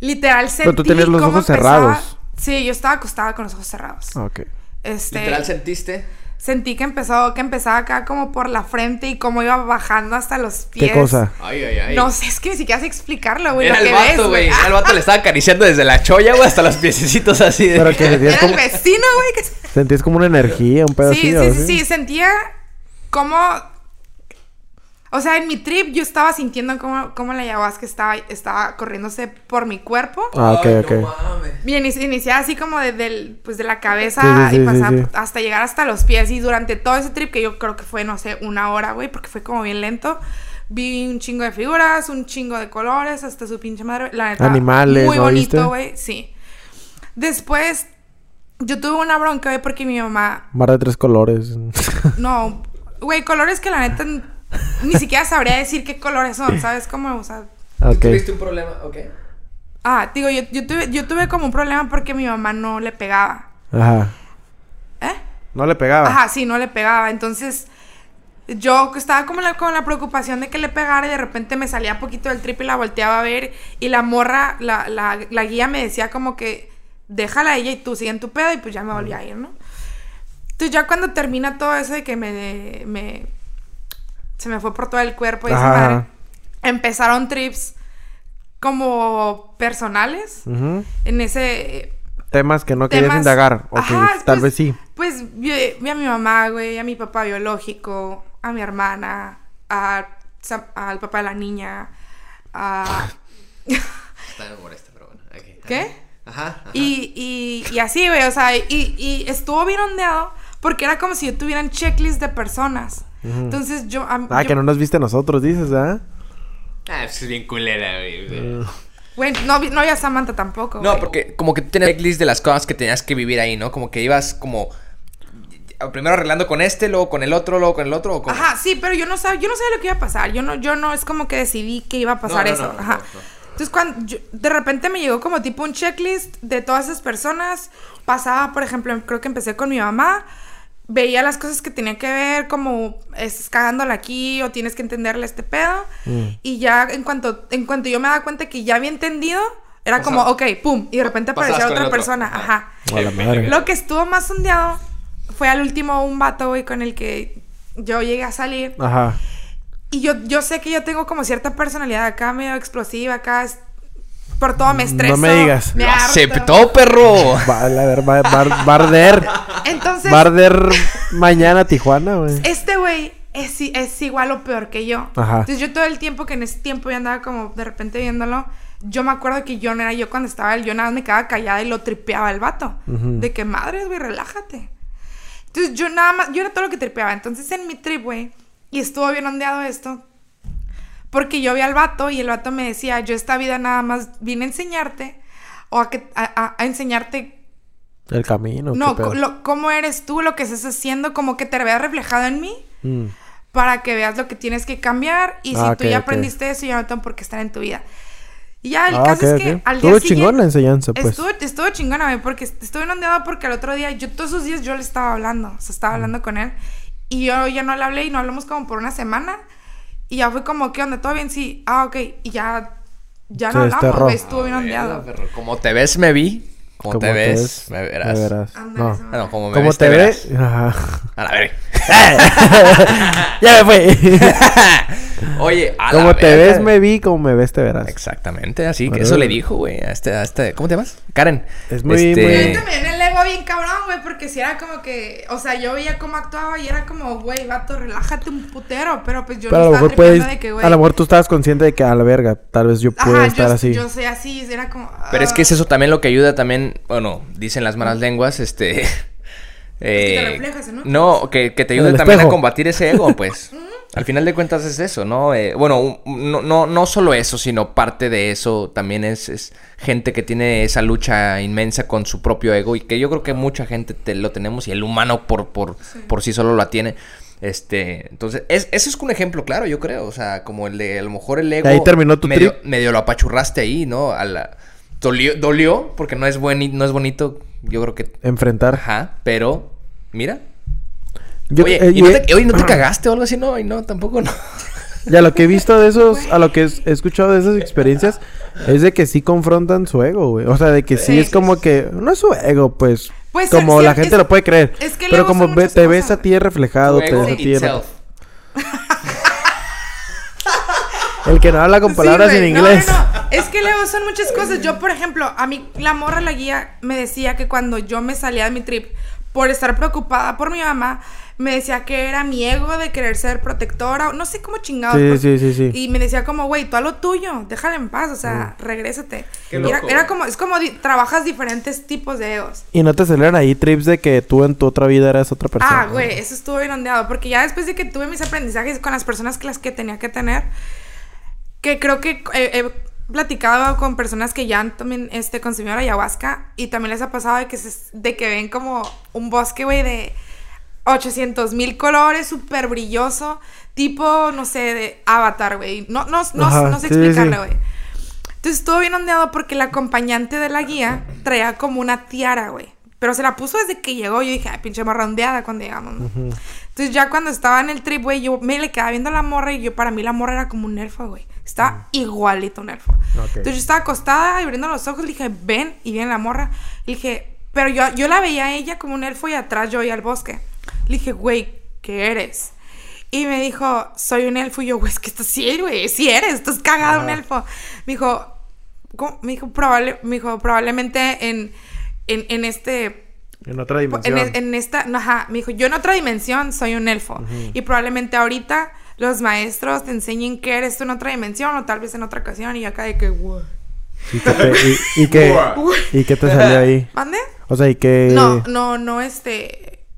Literal sentí Pero tú tenías los cómo ojos empezaba- cerrados. Sí, yo estaba acostada con los ojos cerrados. Ah, Ok. Este, Literal sentiste. sentí que empezó, que empezaba acá como por la frente y cómo iba bajando hasta los pies. ¿Qué cosa? Ay, ay, ay. No sé, es que ni siquiera sé explicarlo, güey. Era el lo que ves, vato, güey. Era el vato le estaba acariciando desde la cholla, güey, hasta los piececitos así de. Pero que sentías Era el como, vecino, güey. que se- sentías como una energía, un pedo Sí, sí, así, ¿o sí, sí? sí, sentía como... O sea, en mi trip yo estaba sintiendo cómo, cómo la ayahuasca estaba, estaba corriéndose por mi cuerpo. Ah, ok, Ay, ok. No mames. Bien, inici- iniciaba así como desde el, pues de la cabeza Sí, sí, sí, y pasaba sí, sí. hasta llegar hasta los pies. Y durante todo ese trip, que yo creo que fue, no sé, una hora, güey, porque fue como bien lento, vi un chingo de figuras, un chingo de colores, hasta su pinche madre. La neta, Animales, Muy ¿no viste? bonito, güey, sí. Después, yo tuve una bronca, güey, porque mi mamá, Mar de tres colores. no, güey, colores que la neta n- ni siquiera sabría decir qué colores son, ¿sabes? Como, o sea, ok. Tuviste un problema, ok. ah, digo, yo, yo, tuve, yo tuve como un problema porque mi mamá no le pegaba. Ajá. ¿Eh? No le pegaba. Ajá, sí, no le pegaba. Entonces, yo estaba como la- con la preocupación de que le pegara y de repente me salía poquito del trip y la volteaba a ver. Y la morra, la, la, la guía me decía como que déjala a ella y tú sigue en tu pedo y pues ya me volví a ir, ¿no? Entonces ya cuando termina todo eso de que me... me se me fue por todo el cuerpo y esa Ajá. madre, empezaron trips como personales. Ujú. En ese Temas que no querías temas- indagar. Ok, Ajá, tal pues- vez sí. Pues vi, vi a mi mamá, güey, a mi papá biológico, a mi hermana, a Sam- al papá de la niña, a- Está bien por este, pero bueno. ok. ¿Qué? Ajá. ajá. y, y, y así, güey, o sea, y, y estuvo bien ondeado porque era como si yo tuviera un checklist de personas. Entonces yo... a- Ah, yo- que no nos viste a nosotros, dices, ¿ah? Ah, pues es bien culera, güey. Güey, no, vi- no había Samantha tampoco. No, güey. porque como que tú tenías checklist de las cosas que tenías que vivir ahí, ¿no? Como que ibas como. Primero arreglando con este, luego con el otro, luego con el otro. ¿o cómo? Ajá, sí, pero yo no sabía, yo no sabía lo que iba a pasar. Yo no, yo no, es como que decidí que iba a pasar No, no, eso. no, no, no, Ajá. no. Entonces, cuando yo- de repente me llegó como tipo un checklist de todas esas personas. Pasaba, por ejemplo, creo que empecé con mi mamá. Veía las cosas que tenía que ver, como estás cagándola aquí o tienes que entenderle este pedo. Mm. Y ya en cuanto, en cuanto yo me daba cuenta que ya había entendido, era O como, sea, ok, pum. Y de repente Pasabas aparecía con el otra otro. persona. Ajá. A la madre. Lo que estuvo más sondeado fue al último un vato, güey, con el que yo llegué a salir. Ajá. Y yo, yo sé que yo tengo como cierta personalidad acá, medio explosiva, acá. es- Por todo me estreso. me digas. me Lo harto. aceptó, perro. Va, la ver, va, va- va a arder. Entonces, Va a arder mañana Tijuana, güey. este güey es, i- es igual o peor que yo. Ajá. Entonces, yo todo el tiempo que en ese tiempo yo andaba como de repente viéndolo, yo me acuerdo que yo no era yo cuando estaba él, yo nada más me quedaba callada y lo tripeaba el vato. De que madre, güey, relájate. Entonces, yo nada más, yo era todo lo que tripeaba. Entonces, en mi trip, güey, y estuvo bien ondeado esto, Porque yo vi al vato y el vato me decía, yo esta vida nada más vine a enseñarte o a, que, a, a- a enseñarte El camino. No, qué pedo. co- lo- cómo eres tú, lo que estás haciendo, como que te veas reflejado en mí Mm. para que veas lo que tienes que cambiar. Y si Ah, tú ok, ya ok. aprendiste eso, ya no tengo por qué estar en tu vida. Y ya, el Ah, caso ok, es que ok. al Estuvo día chingón la siguiente... enseñanza, pues. Estuvo, estuvo chingona, güey, porque est- estuve inundada porque el otro día, yo todos esos días yo le estaba hablando, o sea, estaba hablando con él y yo ya no le hablé y no hablamos como por una semana y ya fue como, ¿qué onda? ¿Todo bien? Sí, ah, ok, y ya, ya no Se hablamos, desterró. güey, estuvo bien ondeado. Como te ves, me vi. Como, te, ves, me verás. Ándale, No. esa madre. Ah, no, como me ¿Cómo ves, te verás. ves? Ajá. A la verga. ya me fui. Oye, a la Como te verga. ves, me vi. Como me ves, te verás. Exactamente, así que eso le dijo, güey, a este, a este, ¿cómo te llamas? Karen. Este, Es muy- Pero muy- ahorita me viene el ego bien cabrón, güey, porque si era como que, o sea, yo veía cómo actuaba y era como, güey, vato, relájate un putero, pero pues yo Pero a no lo mejor estaba tripeando puedes. de que, güey, A lo mejor tú estabas consciente de que a la verga. Tal vez yo puedo ajá, estar yo, así. yo soy así, era como... Pero es que ah. es Mm. eso también lo que ayuda también, bueno, dicen las malas lenguas, este... que te eh, reflejas, ¿no? No, que, que te ayuda El también a espejo. combatir ese ego, pues. Al final de cuentas es eso, ¿no? Eh, bueno, un- no, no, no solo eso, sino parte de eso también es, es gente que tiene esa lucha inmensa con su propio ego y que yo creo que mucha gente te- lo tenemos y el humano por, por, por sí solo la tiene. Este, entonces, es, ese es un ejemplo claro, yo creo. O sea, como el de a lo mejor el ego. ahí terminó tu medio, trip. medio lo apachurraste ahí, ¿no? A la, dolió, dolió, porque no es, buen, no es bonito. Yo creo que. Enfrentar. Ajá, pero. Mira. Yo- oye, eh, ¿y no yo- te, oye, ¿no te cagaste o algo así? No, y no, tampoco no. Y a lo que he visto de esos, a lo que es- he escuchado de esas experiencias, es de que sí confrontan su ego, güey. O sea, de que sí, Sí. es como que, no es su ego, pues. Pues, como sí, la es- gente lo puede creer. es que el pero ego son como ve- muchas te ves cosas. a ti reflejado, Tu te ego ves a ti itself. El que no habla con Sí, palabras en güey. No, inglés. No, no, Es que luego son muchas cosas. Yo, por ejemplo, a mí la morra, la guía, me decía que cuando yo me salía de mi trip por estar preocupada por mi mamá, me decía que era mi ego de querer ser protectora. o No sé cómo chingados. Sí, por- sí, sí, sí. Y me decía como, güey, tú a lo tuyo, déjala en paz, o sea, regrésate. Qué Y Era, loco, era güey. como, es como di- trabajas diferentes tipos de egos. Y no te celebran ahí trips de que tú en tu otra vida eras otra persona. Ah, güey, eso estuvo bien ondeado. Porque ya después de que tuve mis aprendizajes con las personas que las que tenía que tener, que creo que eh, he platicado con personas que ya han también este, consumido la ayahuasca y también les ha pasado de que, se- de que ven como un bosque, güey, de 800 mil colores, súper brilloso, tipo, no sé, de avatar, güey. No, no, no, Ajá, no sé sí, sí. explicarlo, güey. Entonces estuvo bien ondeado porque la acompañante de la guía traía como una tiara, güey. Pero se la puso desde que llegó. Yo dije, ay, pinche morra ondeada cuando llegamos. ¿no?". Entonces ya cuando estaba en el trip, güey, yo me le quedaba viendo a la morra y yo para mí la morra era como un elfo, güey. Estaba igualito a un elfo. Entonces yo estaba acostada y abriendo los ojos, le dije, ven, y viene la morra. Le dije, pero yo, yo la veía a ella como un elfo y atrás yo veía al bosque. Le dije, güey, ¿qué eres? Y me dijo, soy un elfo. Y yo, güey, es que estás sí, güey, sí eres, estás cagado un elfo. Me dijo, ¿cómo? Me dijo, probable, me dijo probablemente en, en, en este... En otra En, dimensión. e- en esta, no, ajá, me dijo, yo en otra dimensión soy un elfo. Y probablemente ahorita los maestros te enseñen que eres tú en otra dimensión o tal vez en otra ocasión. Y yo acá de que, güey. Y que te, y, y que, y que te salió ahí. ¿Mande? O sea, y que... No, no, no, este... Eh,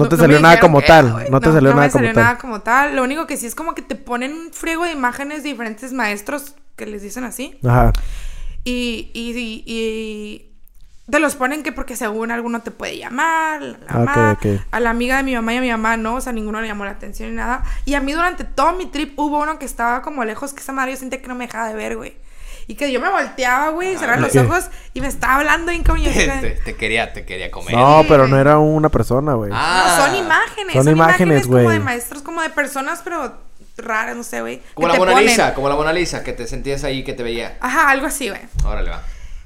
No te me salió nada dijeron como que- tal, güey, no te salió nada me como salió tal. nada como tal. Lo único que sí es como que te ponen un friego de imágenes de diferentes maestros que les dicen así. Ajá. Y, y, y- y te los ponen que porque según alguno te puede llamar, la Ah, ok, mamá, ok. a la amiga de mi mamá y a mi mamá no, o sea, ninguno le llamó la atención ni nada. Y a mí durante todo mi trip hubo uno que estaba como lejos, que esa madre yo sentía que no me dejaba de ver, güey. Y que yo me volteaba, güey, Ah, cerraba los ok. ojos y me estaba hablando bien como yo. te, te quería, te quería comer. No, pero no era una persona, güey. Ah, No, son imágenes. Son Son, imágenes, imágenes, como güey. de maestros, como de personas, pero raras, no sé, güey. Como que la te Mona ponen. Lisa, como la Mona Lisa, que te sentías ahí, que te veía. Ajá, algo así, güey. Órale, va.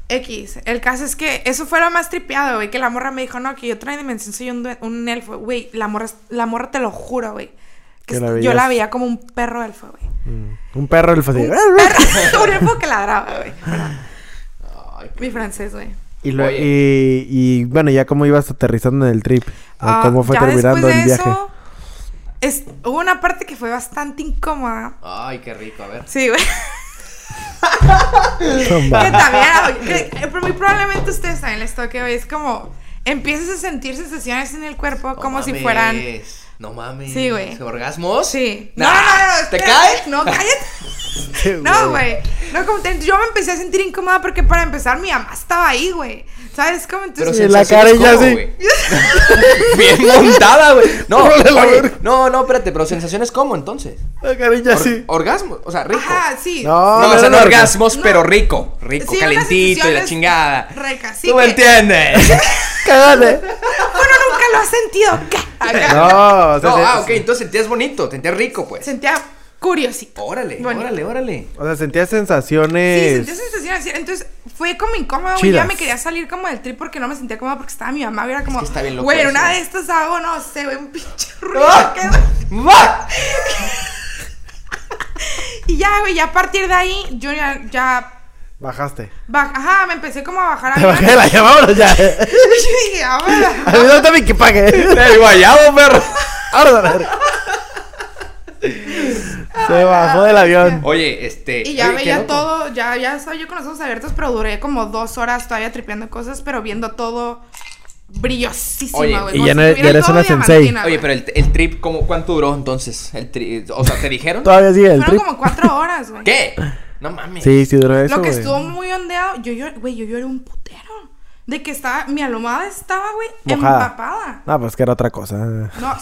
X. El caso es que eso fue lo más tripeado, güey. Que la morra me dijo, no, que yo otra dimensión soy un, due- un elfo. Güey, la morra, es- la morra te lo juro, güey. Que Que la est- yo veías. la veía como un perro elfo, güey. Mm. Un perro el fácil. un elfo que ladraba, güey. Perdón. Ay, Mi francés, güey. Y, lo- Oye. y, y, bueno, ya cómo ibas aterrizando en el trip. Ah, ¿Cómo fue ya terminando después el de viaje? eso, es, hubo una parte que fue bastante incómoda. Ay, qué rico, a ver. Sí, güey. No Que mames. también, que- que muy probablemente ustedes saben esto que hoy es como empiezas a sentir sensaciones en el cuerpo No como si mames, fueran. No mames. Sí, güey. ¿Orgasmos? Sí. Nah, No, no, no, ¿Te espérate, caes? No, cállate. No, güey. No, como te- yo me empecé a sentir incómoda porque para empezar mi mamá estaba ahí, güey. ¿Sabes cómo? Pero Entonces, sí, la cara sensaciones ya como, sí. güey. Bien montada, güey. No, Órale, la oye, verga. no, no, espérate, pero sensaciones como entonces. La carilla Or- sí. Orgasmo, o sea, rico. ajá, sí. No, No, no, o sea, no, no no. orgasmos, No. pero rico. Rico, Sí, unas calentito y la sensaciones chingada. ricas, sí ¿Tú me que- entiendes? Cagale. Uno nunca lo ha sentido. ¿qué? Acá. No, o sea, pues no, se- ah, ok, entonces sentías bonito, sentías rico, pues. Sentía curiosito. Órale, Bueno. órale, órale. o sea, sentía Sí, Pues. sensaciones. sentía sensación así. Entonces fue como incómodo, güey. Chidas. Ya me quería salir como del trip porque no me sentía cómoda porque estaba mi mamá. Y era como, que está bien loco güey, en eso. una de estas hago, no sé, güey, un pinche ruido. ¡Ah! que- ¡Ah! Y ya, güey, ya a partir de ahí, yo ya, ya Bajaste. baj- ajá, me empecé como a bajar a Te bajé la ya, vámonos ya. A Y dije, "Ah, ahora. mí no también que pague. ¡El guayabo, perro! Ahora la verga. Se bajó del avión. Oye, este. Y ya oye, qué veía loco. todo, ya, ya estaba yo con los ojos abiertos, pero duré como dos horas todavía tripeando cosas, pero viendo todo brillosísimo, Oye, güey. y como ya si no- ya tuviera eres todo una sensei. diamantina, Oye, güey. pero el, el trip, ¿cómo, ¿cuánto duró entonces? El tri- o sea, ¿te dijeron? Todavía sigue el Fueron trip. como cuatro horas, güey. ¿Qué? No mames. Sí, sí duró eso. Lo que güey. estuvo muy ondeado, yo lloré, güey, yo lloré un putero. De que estaba, mi alomada estaba, güey, Mojada. empapada. Ah, pues que era otra cosa. No,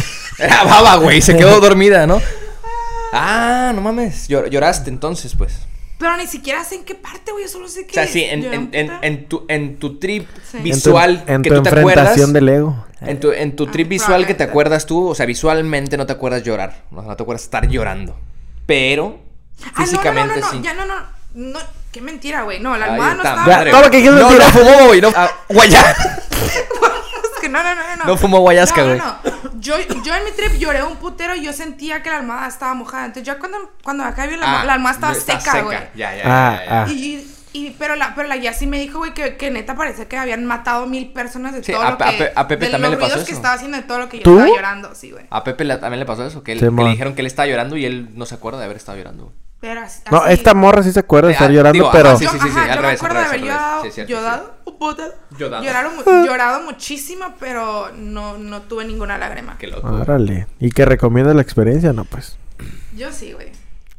Era baba, güey, se quedó dormida, ¿no? Ah, no mames. Llor- lloraste entonces, pues. pero ni siquiera sé en qué parte, güey, yo solo sé que O sea, sí, en, lloré en, un en, putero. en tu, en tu trip Sí. En tu- visual en que tu tú te acuerdas. enfrentación del ego. En tu, en tu trip Ah, visual que te probablemente. acuerdas tú, o sea, visualmente no te acuerdas llorar. No, no te acuerdas estar llorando. Pero Ah, no, no, no, no, físicamente no, sí. ya no, no, no, qué mentira, güey. No, la Ahí almohada no está, estaba. madre, todo lo que güey. dijiste es No, no mentira. fumó, güey. No, Ah, guayá. Es que no, no, no, no, no. No fumó guayasca, No, güey. no, no. Yo, yo en mi trip lloré un putero y yo sentía que la almohada estaba mojada. Entonces, ya cuando, cuando acá vi la, almohada- la almohada estaba Ah, está seca, güey. Ya, ya, Ah, ya, ya. ah. Y, y- pero la, pero la guía sí me dijo, güey, que, que neta parecía que habían matado mil personas de Sí, todo a lo Pe- a que... Pe- a Pepe de también los le pasó ruidos que eso. estaba haciendo de todo lo que yo ¿Tú? estaba llorando, sí, güey. A Pepe la- también le pasó eso, que, él- Sí, que mon. le dijeron que él estaba llorando y él no se acuerda de haber estado llorando. güey. Pero así- No, así- esta morra sí se acuerda de Ah, estar llorando, digo, pero. ajá, Yo, sí, sí, sí, ajá, al yo me revés, acuerdo al de haber revés, al revés. llorado, Sí, cierto, llorado, un putero. Llorado. Llorado mu- llorado muchísimo, pero no, no tuve ninguna lágrima. Qué loco. güey. Árale. ¿Y que recomiendas la experiencia? No, pues. Yo sí, güey.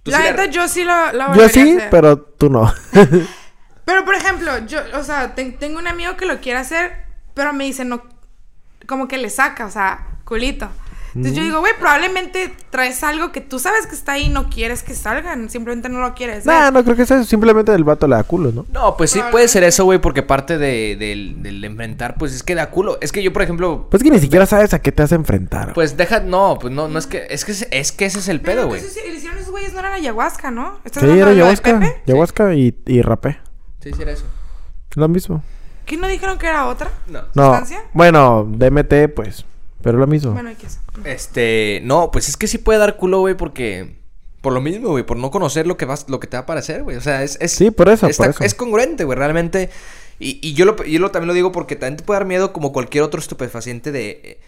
Tú La sí la- neta, yo sí lo, lo volvería Yo a sí, hacer. pero tú no. Pero, por ejemplo, yo, o sea, ten- tengo un amigo que lo quiere hacer, pero me dice, no, como que le saca, o sea, culito. Entonces yo digo, güey, probablemente traes algo que tú sabes que está ahí y no quieres que salgan, simplemente no lo quieres. no, ver. no creo que sea eso. Simplemente el vato le da culo, ¿no? No, pues sí puede ser eso, güey, porque parte de, del, del enfrentar, pues es que da culo. Es que yo, por ejemplo, Pues que ni siquiera sabes a qué te vas a enfrentar. pues deja, no, pues no, no es que, es que, ese- es que ese es el Pero pedo, güey. entonces, si le hicieron esos güeyes, no era la ayahuasca, ¿no? ¿Estás sí, hablando era de lo de ayahuasca. Pepe? Ayahuasca y, y rapé. Sí, sí era eso. Lo mismo. ¿Qué no dijeron que era otra? No. No. ¿Sustancia? Bueno, DMT, pues. Pero lo mismo. Bueno, ¿y qué es? Este, no, pues es que sí puede dar culo, güey, porque por lo mismo, güey, por no conocer lo que vas, lo que te va a parecer, güey. O sea, es, es Sí, por eso, está- por eso. es congruente, güey, realmente. Y, y yo lo, yo lo- también lo digo porque también te puede dar miedo como cualquier otro estupefaciente de eh,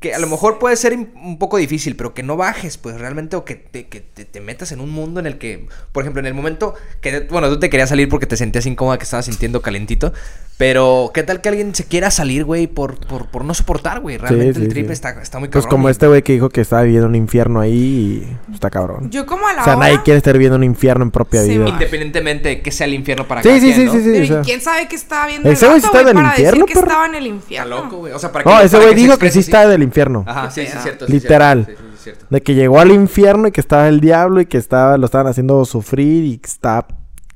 que a lo mejor puede ser im- un poco difícil, pero que no bajes, pues realmente, o que, te, que te, te metas en un mundo en el que, por ejemplo, en el momento que, bueno, tú te querías salir porque te sentías incómoda, que estabas sintiendo calentito, pero ¿qué tal que alguien se quiera salir, güey, por, por, por no soportar, güey? Realmente sí, el trip sí. Está, está muy Pues cabrón, como güey. este güey que dijo que estaba viviendo un infierno ahí y está cabrón. Yo como a la o sea, hora... nadie quiere estar viviendo un infierno en propia Sí, vida. ma. Independientemente de que sea el infierno para Sí, cada sí, quien, sí, ¿no? sí, sí. Pero, o ¿y sea, ¿Quién sabe que estaba viendo Ese güey sí vato, estaba del güey, para infierno, decir que perro. estaba en el Está infierno? loco, güey. O sea, para No, que- ese para güey se dijo que sí exprese, estaba del infierno. Ajá, sí, sí, Qué es cierto. sí, es Literal. cierto, sí, sí, es cierto. De que llegó al infierno y que estaba el diablo y que estaba, lo estaban haciendo sufrir y que estaba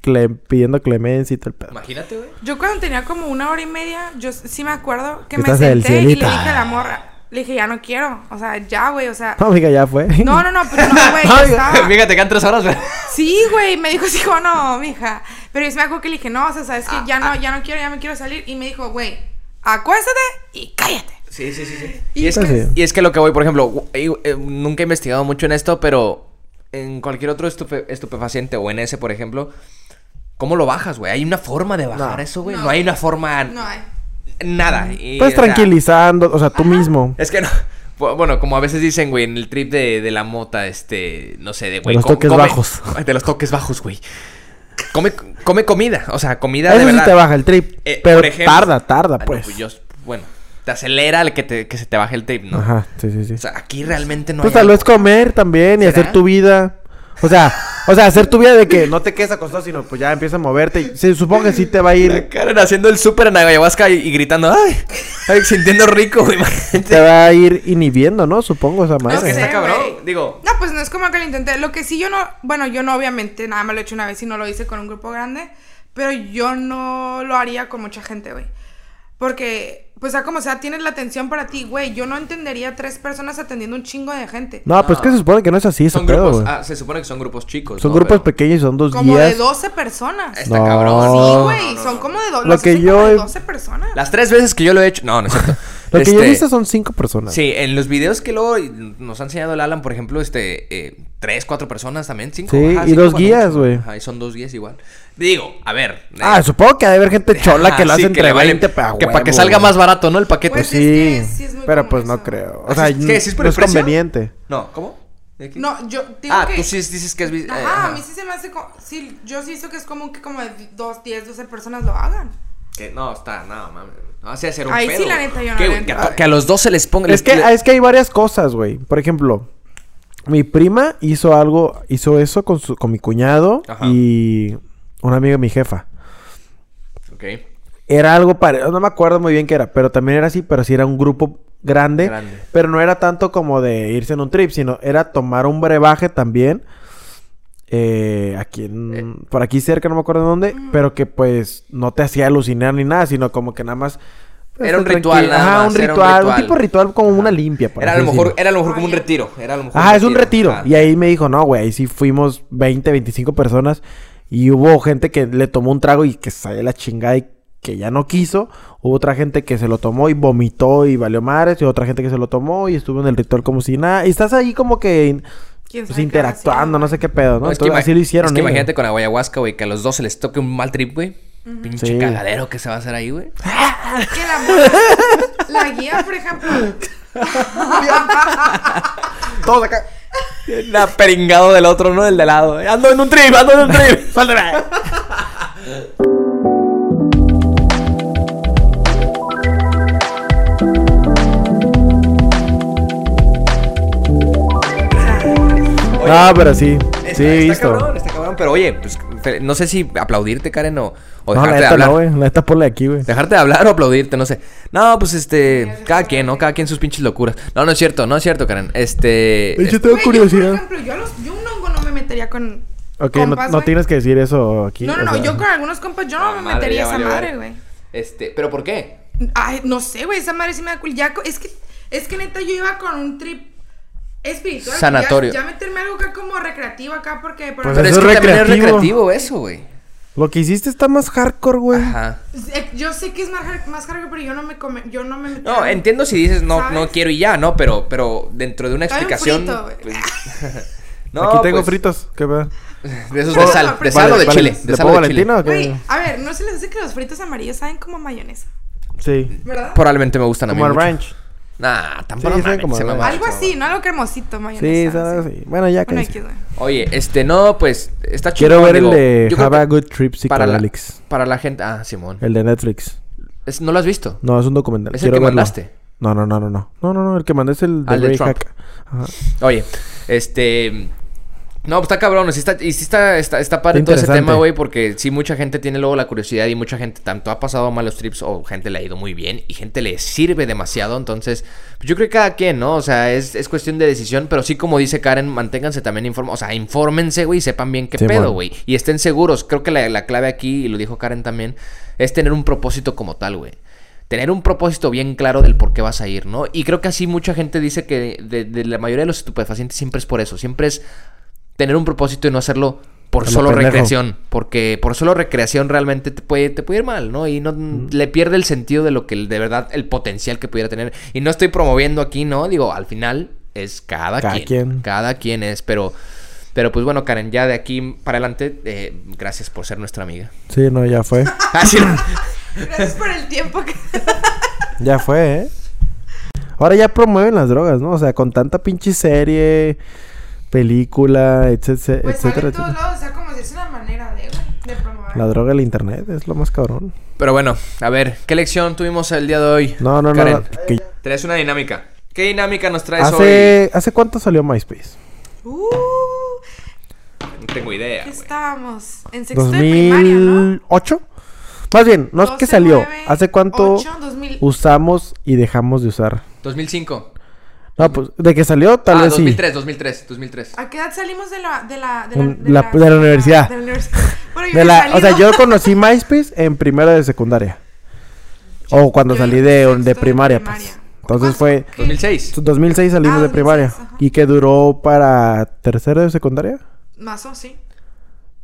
cle- pidiendo clemencia y todo el pedo. Imagínate, güey. Yo cuando tenía como una hora y media, yo s- sí me acuerdo que me Estás en el senté y le dije cielito. a la morra, le dije, ya no quiero, o sea, ya, güey, o sea... No, amiga, ya fue. No, no, no, pero no, güey, No, yo estaba... Fíjate que han tres horas, güey. Sí, güey, me dijo así como, no, mija. Pero yo sí me acuerdo que le dije, no, o sea, sabes Ah, que ya no, ya no quiero, ya me quiero salir. Y me dijo, güey, acuéstate y cállate. Sí, sí, sí, sí. Y Y es, pues que, sí. y es que lo que voy, por ejemplo, gu- eh, eh, nunca he investigado mucho en esto, pero en cualquier otro estupe- estupefaciente o en ese, por ejemplo, ¿cómo lo bajas, güey? ¿Hay una forma de bajar No. eso, güey? No. No. hay una forma... No hay. Nada. Y, Pues o sea, tranquilizando, o sea, tú mismo. Es que no. Bu- Bueno, como a veces dicen, güey, en el trip de, de la mota, este, no sé, de güey. los co- toques bajos. Ay, De los toques bajos, güey. Come, come comida, o sea, comida de Eso sí verdad. te baja el trip. Eh, pero por ejemplo- tarda, tarda, Ah, no, pues. yo- bueno, te acelera el que, te, que se te baje el trip, ¿no? Ajá, sí, sí, sí. O sea, aquí realmente no pues hay tal algo. vez comer también y ¿Será? hacer tu vida. O sea, O sea, hacer tu vida de que no te quedes acostado, sino pues ya empieza a moverte. Y se supongo que sí te va a ir. Karen haciendo el súper en ayahuasca y, y gritando, ay, ay, sintiendo rico, güey, imagínate. Te va a ir inhibiendo, ¿no? Supongo esa Es que madre. sé. está cabrón, güey. digo. No, pues no es como que lo intenté. Lo que sí yo no, bueno, yo no obviamente nada más lo he hecho una vez y no lo hice con un grupo grande, pero yo no lo haría con mucha gente, güey. Porque, pues sea como sea, tienes la atención para ti, güey. Yo no entendería tres personas atendiendo un chingo de gente. No, pues que se supone que no es así ese Son pedo, grupos, güey. ah, se supone que son grupos chicos. Son ¿no? grupos Pero- pequeños y son dos como de guías. 12 personas. Está pues, No. cabrón. Sí, No, güey, son como de, do- Lo los que hacen yo como de he- 12 personas. Las tres veces que yo lo he hecho. No, no es cierto. Lo que yo he Este, visto son cinco personas. Sí, en los videos que luego nos ha enseñado el Alan, por ejemplo, este, eh, tres, cuatro personas también, cinco. Sí, y cinco dos cuando guías, mucho. güey. Ajá, y son dos guías igual. Digo, a ver. eh, Ah, supongo que ha de haber gente chola que lo la hace entre 20 pa- Que para que huevo, salga güey. más barato, ¿no? El paquete. Pues, Sí, es que sí es muy pero común pues no eso. creo. Ah, O sea, ¿sí- n- qué? ¿Sí es por no el es precio? conveniente. No, ¿cómo? ¿De aquí? No, yo digo Ah, que... tú sí dices que has visto. eh, Ajá, a ajá. mí sí se me hace como... Sí, yo sí hizo que es común que como de 2, 10, 12 personas lo hagan. Que no, está, no, mames. No, así hacer un Ahí pedo, sí, la güey. neta, yo no Que, la güey, que, a, entiendo. que a los dos se les ponga. Es que, les- es que hay varias cosas, güey. Por ejemplo, mi prima hizo algo, hizo eso con, su, con mi cuñado Ajá. y una amiga de mi jefa. Ok. Era algo parecido, no me acuerdo muy bien qué era, pero también era así, pero sí era un grupo grande, Grande. Pero no era tanto como de irse en un trip, sino era tomar un brebaje también. eh, aquí en- por aquí cerca, no me acuerdo dónde, pero que pues no te hacía alucinar ni nada, sino como que nada más. pues, Era un tranqui- ritual nada Ajá, más, un era un ritual, un ritual. tipo de ritual como una limpia. por Era a así lo mejor, decirlo. era a lo mejor como un Ah, retiro. Era a lo mejor. Ajá, es un retiro. Ajá. Y ahí me dijo, no, güey, ahí sí fuimos 20, 25 personas. Y hubo gente que le tomó un trago y que salió la chingada y que ya no quiso. Hubo otra gente que se lo tomó y vomitó y valió madres. Y otra gente que se lo tomó y estuvo en el ritual como si nada. Y estás ahí como que ¿Quién pues, sabe qué habrá sido, interactuando, no güey? sé qué pedo, ¿no? No, es que Entonces, ima- así lo hicieron. Es que ellos. imagínate con la ayahuasca, güey, que a los dos se les toque un mal trip, güey. Pinche Sí. cagadero que se va a hacer ahí, güey. Que la, morra- la guía, por ejemplo. Todos acá. La peringado del otro, ¿no? Del de lado. Ando en un trip, ando en un trip. Suéltame. Ah, pero sí. Está, Sí, he está visto. cabrón, está cabrón. Pero oye, pues, te- no sé si aplaudirte, Karen, o, o No, la dejarte de neta hablar. no, güey. La neta ponle aquí, güey. Dejarte de hablar o aplaudirte, no sé. No, pues este. Cada quien, ¿no? Cada quien sus pinches locuras. No, no es cierto, no es cierto, Karen. Este. Yo este- tengo Güey, Yo, por curiosidad. ejemplo, yo, a los, yo un hongo no me metería con. Ok, no, compas, no güey. tienes que decir eso aquí. No, no, o no, sea. yo con algunos compas yo no Ah, me madre, metería ya esa valió madre, ver. güey. Este, ¿pero por qué? Ay, no sé, güey, esa madre sí me da cul. Ya, co- es que, es que neta yo iba con un trip espiritual. ya- Sanatorio. Ya, meterme algo acá como recreativo acá porque. por Pues Pero es ejemplo, eso que es también es recreativo. recreativo eso, güey. Lo que hiciste está más hardcore, güey. Ajá. eh, yo sé que es más, har- más cargo, pero yo no me come, yo no me metería. No, entiendo si dices no, no ¿Sabes? quiero y ya, ¿no? Pero, pero dentro de una Dame un explicación. frito, güey. pues, Aquí tengo pues, fritos. ¿Qué pedo? De esos de sal, de sal Vale, o de vale. chile. De ¿Le sal pongo o de chile. Valentina o qué? Güey, a ver, no se les hace que los fritos amarillos saben como mayonesa, Sí. ¿verdad? Probablemente me gustan a mí. Como el mucho. ranch. Nah, Sí, tampoco saben mames, como se el mamaron, ranch. se Algo así, mamaron. ¿no? Algo cremosito, mayonesa. Sí, no sé. sabes, sí. Bueno, ya Bueno, que. X, güey. Oye, este, no, pues está chido. Quiero ver el de Have a Good Trip para la, Psychedelics. para la gente. Ah, Simón. El de Netflix. Es- ¿No lo has visto? No, es un documental. ¿Es el Quiero que verlo. mandaste? No, no, no, no, no. No, no, no. El que mandé es el de Al de Ray Trump. Hack. Ajá. Oye, este. No, pues está cabrón. sí está, y sí está, está, está padre Está todo ese interesante. tema, güey, porque sí, mucha gente tiene luego la curiosidad y mucha gente tanto ha pasado malos trips o gente le ha ido muy bien y gente le sirve demasiado. Entonces, pues, yo creo que cada quien, ¿no? O sea, es, es cuestión de decisión, pero sí, como dice Karen, manténganse también informados. O sea, infórmense, güey, y sepan bien qué Sí, pedo, man. güey. Y estén seguros. Creo que la, la clave aquí, y lo dijo Karen también, es tener un propósito como tal, güey. Tener un propósito bien claro del por qué vas a ir, ¿no? Y creo que así mucha gente dice que de, de la mayoría de los estupefacientes siempre es por eso. Siempre es tener un propósito y no hacerlo por A lo solo pendejo. recreación. Porque por solo recreación realmente te puede, te puede ir mal, ¿no? Y no le pierde el sentido de lo que el- de verdad el potencial que pudiera tener. Y no estoy promoviendo aquí, ¿no? Digo, al final es cada, Cada quien, quien. Cada quien es, pero. Pero pues bueno, Karen, ya de aquí para adelante, eh, gracias por ser nuestra amiga. Ah, Sí, no, ya fue. Así Gracias por el tiempo que. Ya fue, ¿eh? Ahora ya promueven las drogas, ¿no? O sea, con tanta pinche serie, película, etcétera, Pues sale etcétera. en todos etcétera. lados, o sea, como si es una manera de, güey, de promover. La droga del internet es lo más cabrón. Pero bueno, a ver, ¿qué lección tuvimos el día de hoy? No, no, no, Karen, no. que- Traes una dinámica. ¿Qué dinámica nos traes ¿Hace, ¿Hace cuánto salió MySpace? Uh, hoy? tengo idea, ¿Qué güey. estábamos? En sexto de primaria, ¿no? 2008. Más bien, no es que 12, salió. 9, ¿Hace cuánto 8, 2000. usamos y dejamos de usar? 2005. No, pues de que salió, tal ah, vez 2003, 2003, 2003. ¿A qué edad salimos de la, de la, de Un- la, la- de la universidad. de la universidad. Bueno, sí. De yo no he la, o sea, salido. yo conocí MySpace en primero de secundaria. O cuando yo salí en de, sexto de de primaria, primaria. pues. Entonces fue ¿Qué? 2006. 2006 salimos Ah, de primaria. 2006, ajá. ¿Y que duró para tercero de secundaria? Más o sí.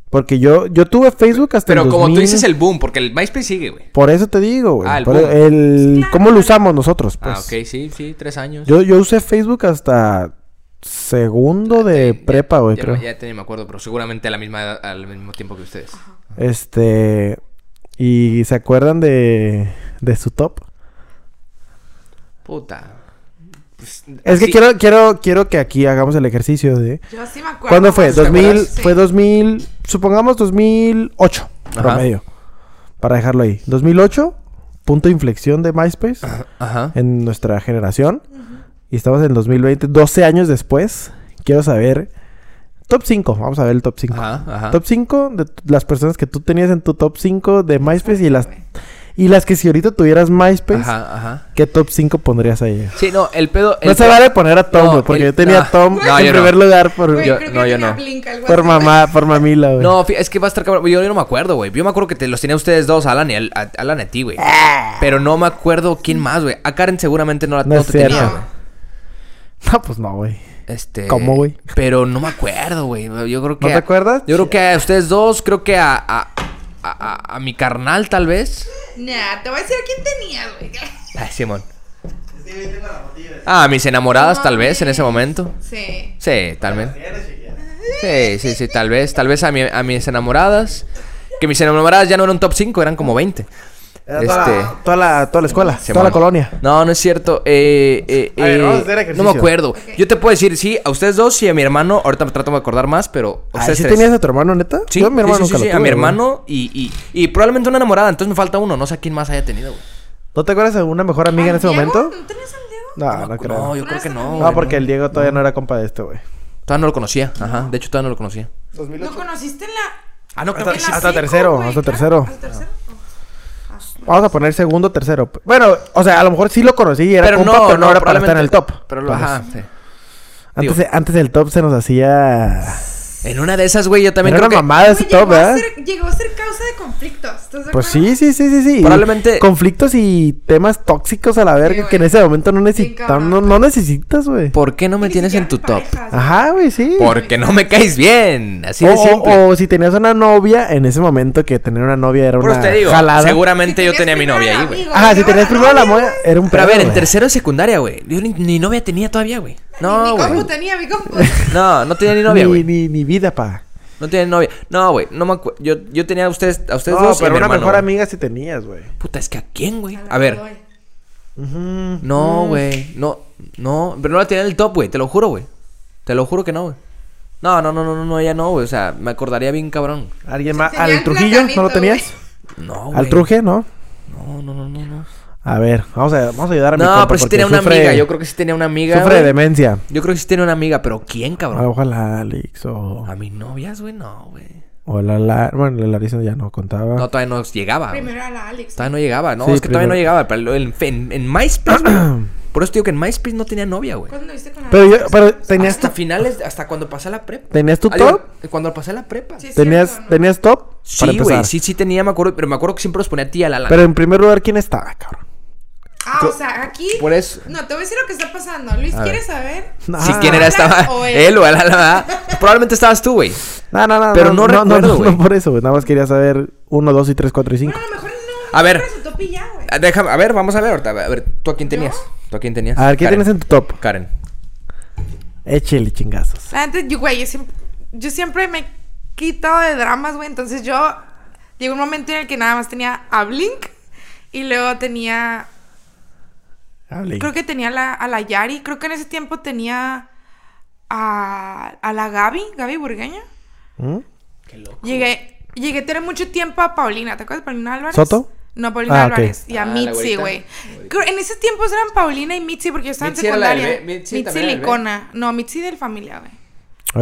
Porque yo, yo tuve Facebook hasta el Pero como tú 2000. dices el boom, porque el MySpace sigue, güey. Por eso te digo, güey. Ah, el Por boom. el- Claro. ¿Cómo lo usamos nosotros? Pues? Ah, ok, sí, sí, tres años. yo, yo usé Facebook hasta segundo de Ya- prepa, güey, ya, creo. Ya, te- ni me acuerdo, pero seguramente a la misma edad- al mismo tiempo que ustedes. Este. ¿Y se acuerdan de, de su top? Puta. Pues, Es que sí. quiero, quiero, quiero que aquí hagamos el ejercicio de. Yo sí me acuerdo. ¿Cuándo fue? ¿te 2000, acuerdas? Sí. fue 2000, supongamos 2008, Ajá. promedio, para dejarlo ahí. 2008, punto de inflexión de MySpace Ajá. en nuestra generación. Y estamos en 2020, 12 años después. Quiero saber, top 5, vamos a ver el top 5. Ajá, ajá. Top 5 de t- las personas que tú tenías en tu top 5 de MySpace y las, y las que si ahorita tuvieras MySpace, Ajá, ajá. ¿qué top 5 pondrías ahí? Sí, no, el pedo. el No se pedo- vale poner a Tom, No, güey, porque el- yo tenía a no. Tom No, en yo no. primer lugar por... Güey, Yo- creo que no, yo tenía no. Blink, algo Por así. mamá, por mamila, güey. No, fi- es que va a estar cabrón. Yo, yo no me acuerdo, güey. Yo me acuerdo que te los tenía ustedes dos, Alan y al- a, Alan y a ti, güey. Pero no me acuerdo quién más, güey. A Karen seguramente no la Ah. No no es te cierto. tenía, No. güey. No, pues no, güey. Este. ¿Cómo, güey? Pero no me acuerdo, güey. Yo creo que. ¿No te a- acuerdas? Yo creo que a ustedes dos, creo que a. a, a- a- a mi carnal, tal vez. Nah, te voy a decir a quién tenías, güey. Ay, Simón. Ah, mis enamoradas, tal vez, en ese momento. Sí. Sí, tal vez. Sí, sí, sí, tal vez. Tal vez a, mi- a mis enamoradas. Que mis enamoradas ya no eran top 5, eran como 20. Este, Toda la, toda la escuela, Se toda la mama. colonia. No, no es cierto. Eh, eh, A ver, eh, vamos a hacer no ejercicio. me acuerdo. Yo te puedo decir, sí, a ustedes dos y a mi hermano. Ahorita me trato de acordar más, pero. ¿Así ustedes tres. tenías a tu hermano, neta? Sí, Yo a mi hermano sí, sí, nunca sí, lo a mi tuve, hermano y, y, y probablemente una enamorada. Entonces me falta uno. No sé a quién más haya tenido, güey. güey. ¿No te acuerdas de una mejor amiga en ese ¿Al Diego? momento? ¿No tenías al Diego? No, me Ah, no, acu- creo. No, yo No creo eres que no. amigo. güey, no, porque el Diego todavía no era compa de este, güey. Todavía no lo conocía. Ajá. De hecho, todavía no lo conocía. ¿No conociste en la. Ah, no, creo Hasta- que en sí. la hasta cinco, tercero, güey, hasta claro, tercero. Hasta tercero. Ah, Vamos a poner segundo, tercero. Bueno, o sea, a lo mejor sí lo conocí y era Pero compa, no, pero no, no, era para estar en el top. Pues probablemente- Pero lo- Entonces, ajá, sí. Antes, antes del top se nos hacía... En una de esas, güey, yo también Era una creo que. mamada ese Güey, llegó, Ah, top, a ¿verdad? ser, llegó a ser causa de conflictos. ¿Estás de Pues acuerdo? sí, sí, sí, sí, sí. Probablemente- Conflictos y temas tóxicos a la verga güey. que en ese momento no, Bien necesitas cabrón. no, no necesitas, güey. ¿Por qué no me Ni tienes siquiera en tu eran top? parejas, güey. Ajá, güey, sí. Porque no me caes bien. Así o, de o- simple. o si tenías una novia, en ese momento que tener una novia era Por una eso te digo, jalada. seguramente Si yo tenía a mi tenías novia primero ahí, al güey. amigo, Ajá, si luego tenías la primero a la novia, novia, güey. era un Pero a ver, pedo, en güey. tercero de secundaria, güey. Yo ni, ni novia tenía todavía, güey. No, mi compu güey. tenía, mi compu. No, no tenía ni novia, ni, güey. ni, ni vida, pa. No tenía novia. No, güey. No me acuerdo. Yo, yo tenía a ustedes, a ustedes No, dos. y a pero mi una hermano, mejor güey. amiga sí tenías, güey. Puta, es que a quién, güey. la A ver. que voy. Ujú. No, güey. No, no. Pero no la tenía en el top, güey. Te lo juro, güey. Te lo juro que no, güey. No, no, no, no, no, no, ella no, güey. O sea, me acordaría bien cabrón. ¿Alguien más? Tenía ¿Al el Trujillo? ¿No lo platanito, tenías? No, güey. ¿Al Truje? ¿No? No, no, no, no, no. A ver, vamos a, vamos a ayudar a mi compa No, pero sí porque tenía una sufre- amiga. Yo creo que sí tenía una amiga. Sufre güey. demencia. Ah, Yo creo que sí tenía una amiga, pero ¿quién, cabrón? Ojalá, Alex, o... A mis novias, güey, no, güey. O la, la... Bueno, la Larisa ya no contaba. No, todavía no llegaba. güey. Primero a la Alex. Todavía no llegaba, no, Sí, es que todavía no primero. llegaba. pero lo- En, en, en MySpace, güey. Por eso te digo que en MySpace no tenía novia, güey. ¿Cuándo viste con la Pero yo... Alex? Pero tenías Hasta tu... finales, hasta cuando pasé la prepa. ¿Tenías tu Ah, digo, top? Cuando pasé la prepa. Sí, es ¿Tenías, cierto, ¿no? ¿Tenías top? Para Sí, empezar. güey, sí, sí tenía, me acuerdo, pero me acuerdo que siempre los ponía a ti y a la lana. Pero en primer lugar, ¿quién estaba, cabrón? Ah, o sea, aquí. Por eso. No, te voy a decir lo que está pasando. Luis, A ¿quieres saber? No, Si quién era estaba ¿O él? él o la lana. Probablemente estabas tú, güey. No, no, no. Pero no recuerdo, no, no, güey. por eso, güey. Nada más quería saber 1, 2 y 3, 4 y 5. Bueno, a lo mejor no. A no ver. resultó pilla, güey. Ah, Déjame, a ver, vamos a ver ahorita. A ver, ¿tú a quién tenías? ¿Tú a quién tenías? A Ah, ver, ¿qué Karen. tienes en tu top? Karen. Échele chingazos. La neta, yo, güey, yo siempre, yo siempre me quito de dramas, güey. Entonces yo llegó un momento en el que nada más tenía a Blink y luego tenía. Hable. Creo que tenía la- a la Yari. Creo que en ese tiempo tenía a, a la Gaby, Gaby Burgueña. ¿Mm? Llegué, llegué a tener mucho tiempo a Paulina. ¿Te acuerdas de Paulina Álvarez? ¿Soto? No, Paulina Ah, ok. Álvarez. Y a Ah, la Mitzi, güerita. güey. Creo- En esos tiempos eran Paulina y Mitzi porque yo estaba Mitzi en era la del B- secundaria. Mitzi Mitzi también era del B. Licona. No, Mitzi del familia, güey.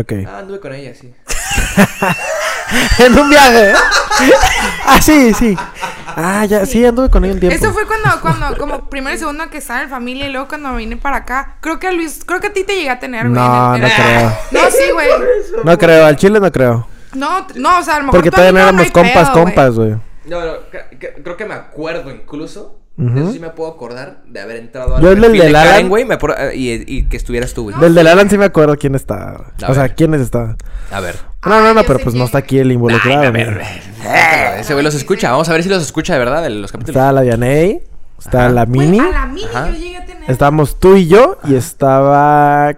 Ok. Ah, anduve con ella, sí. en un viaje, ¿eh? ah, sí, sí. Ah, ya, sí, anduve con él un tiempo. Eso fue cuando, cuando, como primero y segundo que estaba en familia y luego cuando vine para acá. Creo que a Luis, creo que a ti te llegué a tener, güey. No, en no el- creo. No, sí, güey. No creo, al chile no creo. No, no, o sea, a lo mejor Porque tú a todavía mí no éramos hay compas, pedo, güey. compas, güey. No, no, cre- cre- creo que me acuerdo incluso. Ujú. Eso sí me puedo acordar de haber entrado al Yo el perfil del Alan- Karen, güey, me acuerdo- y, y que estuvieras tú, güey. Del del Alan sí me acuerdo quién está. A O sea, ver. quiénes estaban. A ver. No, no, no, Ah, yo pero sé pues no quién. está aquí el involucrado. ¿no? Ese güey los escucha. Vamos a ver si los escucha de verdad en los capítulos. Está la Vianey, está la Güey, Mini, a la mini Ajá. yo llegué a tener. estábamos tú y yo y estaba...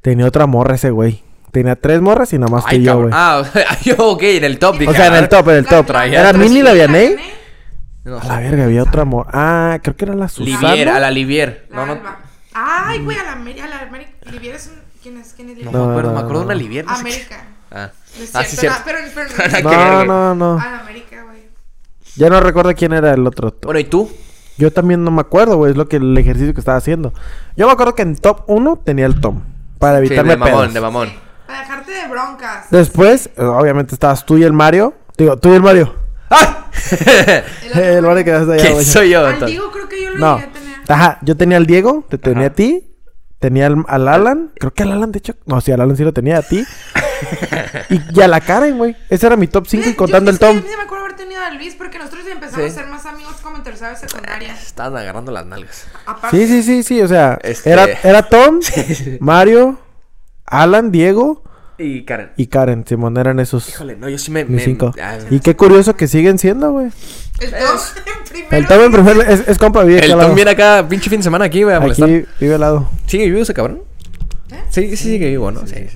Tenía otra morra ese güey. Tenía tres morras y nada más tú Ay, y yo, cabrón. güey. Ah, yo, ok, en el top. dije, o sea, en ah, el top, en el top. traía Era tres- Mini la Vianey. no, A la verga, había otra morra. Ah, creo que era la Susana. Livier, a la Livier. La No, no. Alba. Ay, güey, a la América, a la América. Livier es un... ¿Quién es? ¿Quién es Livier? No, me acuerdo, no, me acuerdo de no. una Livier. no sé qué. América. Ah, No es Ah, sí, cierto, cierto. no, pero, pero, Nada que ver, No, güey. no, no. a la América, güey. Ya no recuerdo quién era el otro. Bueno, ¿y tú? Yo también no me acuerdo, güey. Es lo que el ejercicio que estaba haciendo. Yo me acuerdo que en top 1 tenía el Tom. Para Sí, de evitarme mamón, pedos. de mamón. Para dejarte de broncas. Después, eh, obviamente, estabas tú y el Mario. Digo, tú y el Mario. ¡Ah! otro El Mario que estás allá, ¿Quién güey. soy yo? Al entonces? Diego creo que yo lo No. llegué a tener. Ajá. Yo tenía al Diego, te tenía Ajá. a ti. Tenía al, al Alan. Creo que al Alan, de hecho. No, sí, al Alan sí lo tenía a ti. y, y a la Karen, güey. Ese era mi top 5 y Yo- contando yo el sí- Tom. Yo sí me acuerdo haber tenido a Luis porque nosotros empezamos Sí. a ser más amigos como en tercera y secundaria. Estaban agarrando las nalgas. Aparte, Sí, sí, sí, sí. O sea, Este- era, era Tom, Mario, Alan, Diego Y Karen. y Karen. Simón eran esos. Híjole, no, yo sí me. Mis me- cinco. ah, y qué curioso que siguen siendo, güey. el Tom en primero. El Tom en primer es, es compa, vive aquí el al lado. Tom viene acá, pinche fin de semana aquí, voy a molestar. Aquí vive al lado. ¿Sigue vivo ese cabrón? Sí, sí, sigue vivo, ¿no? Sí,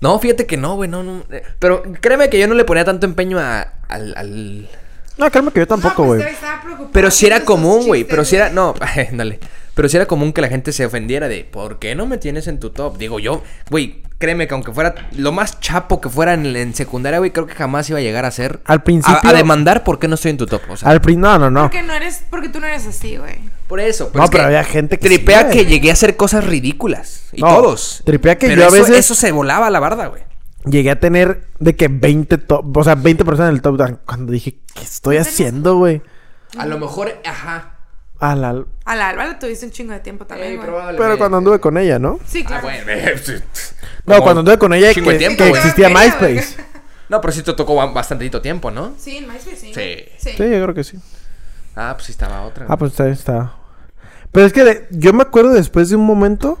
No, fíjate que no, güey, no, no. eh, Pero créeme que yo no le ponía tanto empeño a, al, al- No, créeme que yo No, tampoco, pues, güey. te estaba preocupado Pero si era por sus común, güey, chistes, pero si era... güey. No, dale. Pero si era común que la gente se ofendiera de, ¿por qué no me tienes en tu top? Digo yo, güey, créeme que aunque fuera lo más chapo que fuera en, en secundaria, güey, creo que jamás iba a llegar a ser... a- Al A, principio- demandar por qué no estoy en tu top, o sea... Al prin- no, no, no. Porque no eres, porque tú no eres así, güey. Por eso, pues No, es pero había gente que sí, Tripea güey. que llegué a hacer cosas ridículas. Y No, todos. tripea que Pero yo a eso- veces- Eso se volaba la barda, güey. Llegué a tener de que 20 top, o sea, 20 personas en el top dan- cuando dije, ¿qué estoy haciendo, güey? A lo mejor, ajá. A la... A la Alba la tuviste un chingo de tiempo también, güey. Pero cuando anduve con ella, ¿no? Sí, Ah, claro. bueno. No, cuando anduve con ella que, Chingo de tiempo, que güey. existía Era, MySpace. No, pero sí te tocó ba- bastantito tiempo, ¿no? Sí, en MySpace, sí. Sí. Sí, yo creo que sí. Ah, pues sí estaba otra. Ah, pues está, está. Pero es que de- yo me acuerdo después de un momento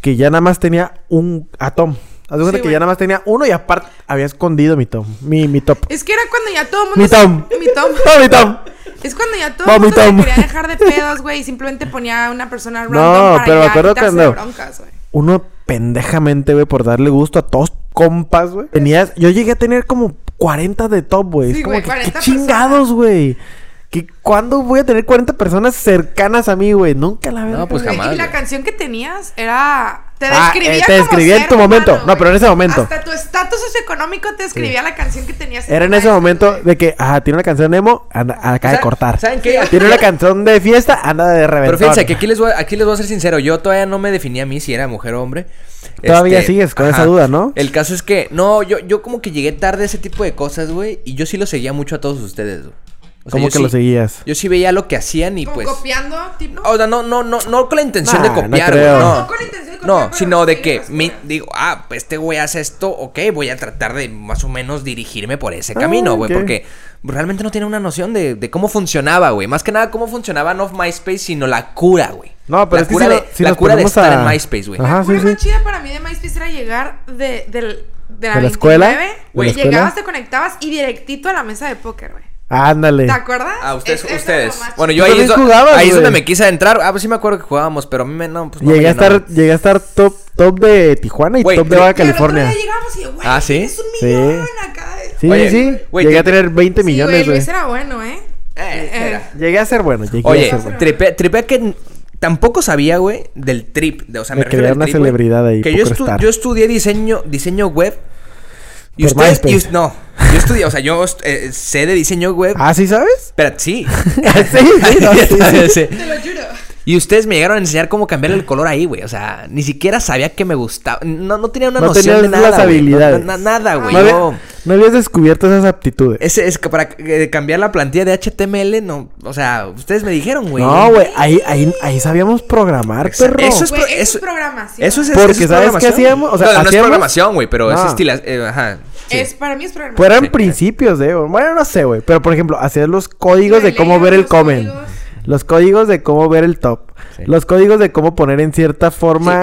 que ya nada más tenía un a Tom. Haz de cuenta que güey. ya nada más tenía uno y aparte había escondido mi Tom. Mi, mi top. Es que era cuando ya todo el mundo. Mi Tom. Mi Tom. No, mi Tom. Es cuando ya todo Va, el mi mundo se Tom. quería dejar de pedos, güey. Y simplemente ponía a una persona random. No, para pero me ya acuerdo quitarse cuando- de broncas, güey. Uno pendejamente, güey, por darle gusto a todos compas, güey. Tenías, yo llegué a tener como 40 de top, güey. Es Sí, como güey, que, 40 ¿qué chingados, güey. ¿Qué- ¿Cuándo voy a tener 40 personas cercanas a mí, güey? Nunca la veo. No, pues jamás. Y la güey. canción que tenías era. Te Ah, describía. eh, te como describía en ser tu momento. humano, No, pero en güey. ese momento. Hasta tu estatus socioeconómico te describía la canción que tenías. Era en ese MySpace, momento güey. de que, ah, tiene una canción emo, anda- acaba de ¿Saben- cortar. ¿Saben qué? Tiene una canción de fiesta, anda de reventón. Pero fíjense que aquí les, voy, a- aquí les voy a ser sincero. Yo todavía no me definí a mí si era mujer o hombre. Este, Todavía sigues con esa duda, ¿no? El caso es que, no, yo, yo como que llegué tarde a ese tipo de cosas, güey. Y yo sí lo seguía mucho a todos ustedes, güey. O sea, ¿Cómo yo que lo sí- seguías? Yo sí veía lo que hacían y Como pues. copiando, tipo. Ah, O sea, no, no, no, no con la intención Nah, de no copiar, güey. creo. No, No con la intención de copiar, No, pero sino de sí que las mi- cosas. digo, ah, pues este güey hace esto, ok, voy a tratar de más o menos dirigirme por ese Ah, camino, güey. ok. Porque realmente no tiene una noción de, de cómo funcionaba, güey. Más que nada cómo funcionaba no MySpace, sino la cura, güey. No, pero la es que cura si de, no- si la nos cura de ponemos estar a- en MySpace, güey. Ajá, la cura sí, más sí. chida para mí de MySpace era llegar de, del- de la, ¿De la escuela? 29, ¿De la güey, escuela? llegabas, te conectabas y directito a la mesa de póker, güey. Ándale. ¿Te acuerdas? Ah, ustedes, Es- eso era ustedes. lo más Bueno, chido. yo ahí, Tú es, do- también jugabas, ahí es donde güey. me quise entrar. Ah, pues sí me acuerdo que jugábamos, pero a mí me, no, pues no llegué, me a estar, llenaba. llegué a estar top, top de Tijuana y Güey, top de te- a Baja Y al otro California. día llegábamos y, güey, Ah, ¿sí? tienes un Sí. millón acá. Sí, Oye, sí, güey, Llegué te- a tener 20 Sí, millones, güey. Luis era bueno, ¿eh? Eh, era. Llegué a ser bueno, llegué a Oye, ser bueno. tripea, tripea que n- tampoco sabía, güey, del trip. de- o sea, me, Me refiero creía al una trip, güey, celebridad ahí, Que yo, estu- Pokerstar. yo estudié diseño, diseño web. Y Por ustedes, y MySpace. us- no, yo estudié, o sea, yo est- eh, sé de diseño web. ¿Ah, sí sabes? Pero sí. sí, sí, no, sí, sí. Sí. Te lo juro. Y ustedes me llegaron a enseñar cómo cambiar el color ahí, güey. O sea, ni siquiera sabía que me gustaba. No, no tenía una No noción de tenías nada. las güey. habilidades. No, na- nada, güey. No, había- Yo- no habías descubierto esas aptitudes. Ese es que para eh, cambiar la plantilla de HTML, no. O sea, ustedes me dijeron, güey. No, güey, ahí, ahí, ahí sabíamos programar, Exacto. perro. Eso es Güey, pro- eso eso- es programación. Eso es eso Porque, es ¿sabes qué programación. hacíamos? O sea, no, no es hacíamos- programación, güey, pero es No. estilo. eh, ajá. sí. Es- para mí es programación. Pero eran Sí. principios, eh. Bueno, no sé, güey. Pero por ejemplo, hacías los códigos de Leías cómo ver el los comment. códigos. Los códigos de cómo ver el top. Sí. Los códigos de cómo poner en cierta forma.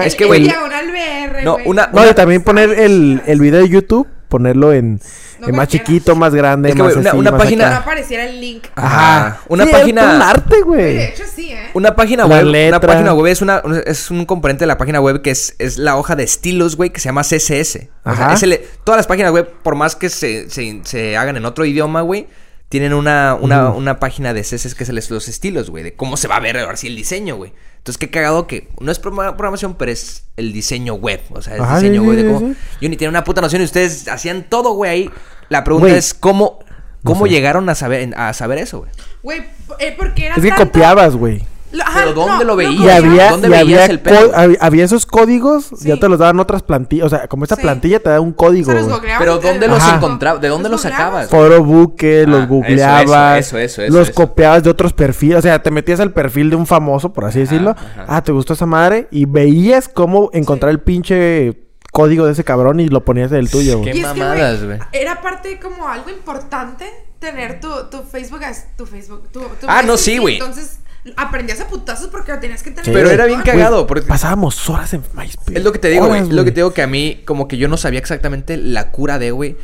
Sí, es es que, que, güey. güey, diagonal BR, no, güey. una- No, y también poner el, el video de YouTube, ponerlo en, No en más cualquiera. chiquito, más grande, Es que, más güey, una- así, una más página- No acá. apareciera el link. Ah, Ajá. Una Sí, página. era todo un arte, Güey, De güey. hecho, sí, ¿eh? Una página La web. letra. Una página web es, una, es un componente de la página web que es, es la hoja de estilos, güey, que se llama CSS. O sea, Ajá. es el- todas las páginas web, por más que se, se- se hagan en otro idioma, güey, tienen una, una, una página de CSS que es el- los estilos, güey, de cómo se va a ver ahora sí el diseño, güey. Entonces, qué cagado que no es programa- programación, pero es el diseño web. O sea, es Ajá, diseño sí, web sí, de sí, cómo. sí. Yo ni tenía una puta noción y ustedes hacían todo, güey, ahí. La pregunta Güey. es cómo, No cómo sé. llegaron a saber, a saber eso, güey. Güey, eh, porque era Es que tanto- copiabas, güey. Lo- ajá, Pero ¿dónde lo veías? Y ¿Cómo había, llamas? ¿Dónde y veías había, el co- pedo? hab- había esos códigos, Sí. ya te los daban otras plantillas. O sea, como esta Sí. plantilla te da un código. Se los güey. googleabas Pero y te- ¿dónde los Ajá. encontrabas? ¿De dónde los googleabas? sacabas? Foro buque, los Ah, googleabas, eso, eso, eso, eso, los eso. copiabas de otros perfiles, o sea, te metías al perfil de un famoso, por así decirlo. ajá. Ah, te gustó esa madre y veías cómo encontrar el pinche código de ese cabrón y lo ponías en el tuyo. güey. Qué Y es que, mamadas, güey, güey. Era parte de como algo importante tener tu, tu Facebook, as- tu Facebook, tu, tu Ah, no, Facebook, sí, y güey. Entonces aprendías a putazos porque lo tenías que tener. Sí. Pero era bien Güey, cagado. Güey, Porque Pasábamos horas en MySpace. es lo que te digo, güey. Este, Horas, Es lo que te digo que a mí, como que yo no sabía exactamente la cura de, güey.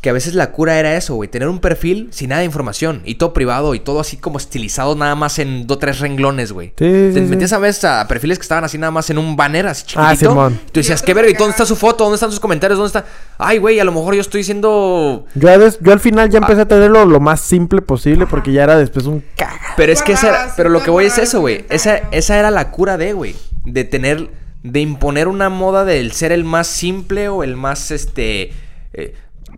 Que a veces la cura era eso, güey. Tener un perfil sin nada de información. Y todo privado. Y todo así como estilizado nada más en dos, tres renglones, güey. Sí, sí, te sí. metías a veces a perfiles que estaban así nada más en un banner así chiquitito. Ah, Simón. Tú decías, qué verga. ¿Y dónde está su foto? ¿Dónde están sus comentarios? ¿Dónde está? Ay, güey, a lo mejor yo estoy siendo... Yo, a des- yo al final Ah. ya empecé a tenerlo lo más simple posible porque ya era después un caga. Pero es que esa era- Guardadas, pero lo que voy es guardadas, eso, güey. Esa, comentarios. esa era la cura de, güey. De tener, de imponer una moda del ser el más simple o el más, este... eh,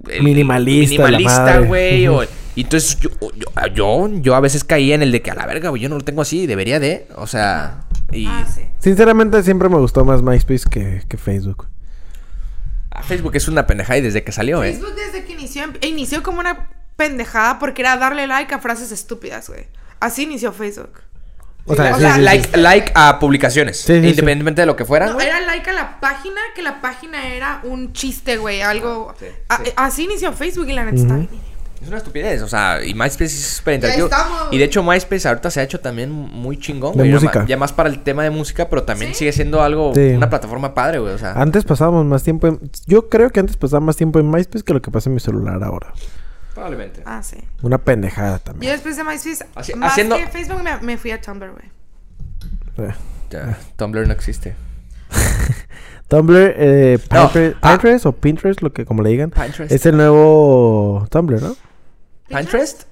el- Minimalista, la Minimalista, madre. güey. Ujú. o- Y entonces yo, yo, ah, yo, yo a veces caía en el de que a la verga, güey, yo no lo tengo así, debería de, o sea... Y Ah, sí. Sinceramente siempre me gustó más MySpace que, que Facebook. ah, Facebook es una pendejada y desde que salió, eh. Facebook desde que inició, em- inició como una pendejada porque era darle like a frases estúpidas, güey. Así inició Facebook. O sea, O sí, sea, sí, sí. like, like a publicaciones, Sí, sí, sí. independientemente de lo que fuera. No, era like a la página, que la página era un chiste, güey, algo... Ah, sí, A- sí. así inició Facebook y la neta está bien. Es una estupidez, o sea, y MySpace es súper interactivo. Ya estamos. Y de hecho MySpace ahorita se ha hecho también muy chingón. De güey, ya ma- música. Ya más para el tema de música, pero también ¿Sí? sigue siendo algo, Sí. Ah. una plataforma padre, güey, o sea. Antes pasábamos más tiempo en... Yo creo que antes pasaba más tiempo en MySpace que lo que pasa en mi celular ahora. probablemente. Ah, sí. Una pendejada también. Yo después de MySpace, Así- más haciendo- que Facebook, me, me fui a Tumblr, güey. Eh. Ya, Tumblr no existe. Tumblr, eh, No, Pinterest, ah. Pinterest o Pinterest, lo que como le digan. Pinterest. Es el nuevo Tumblr, ¿no? ¿Pinterest?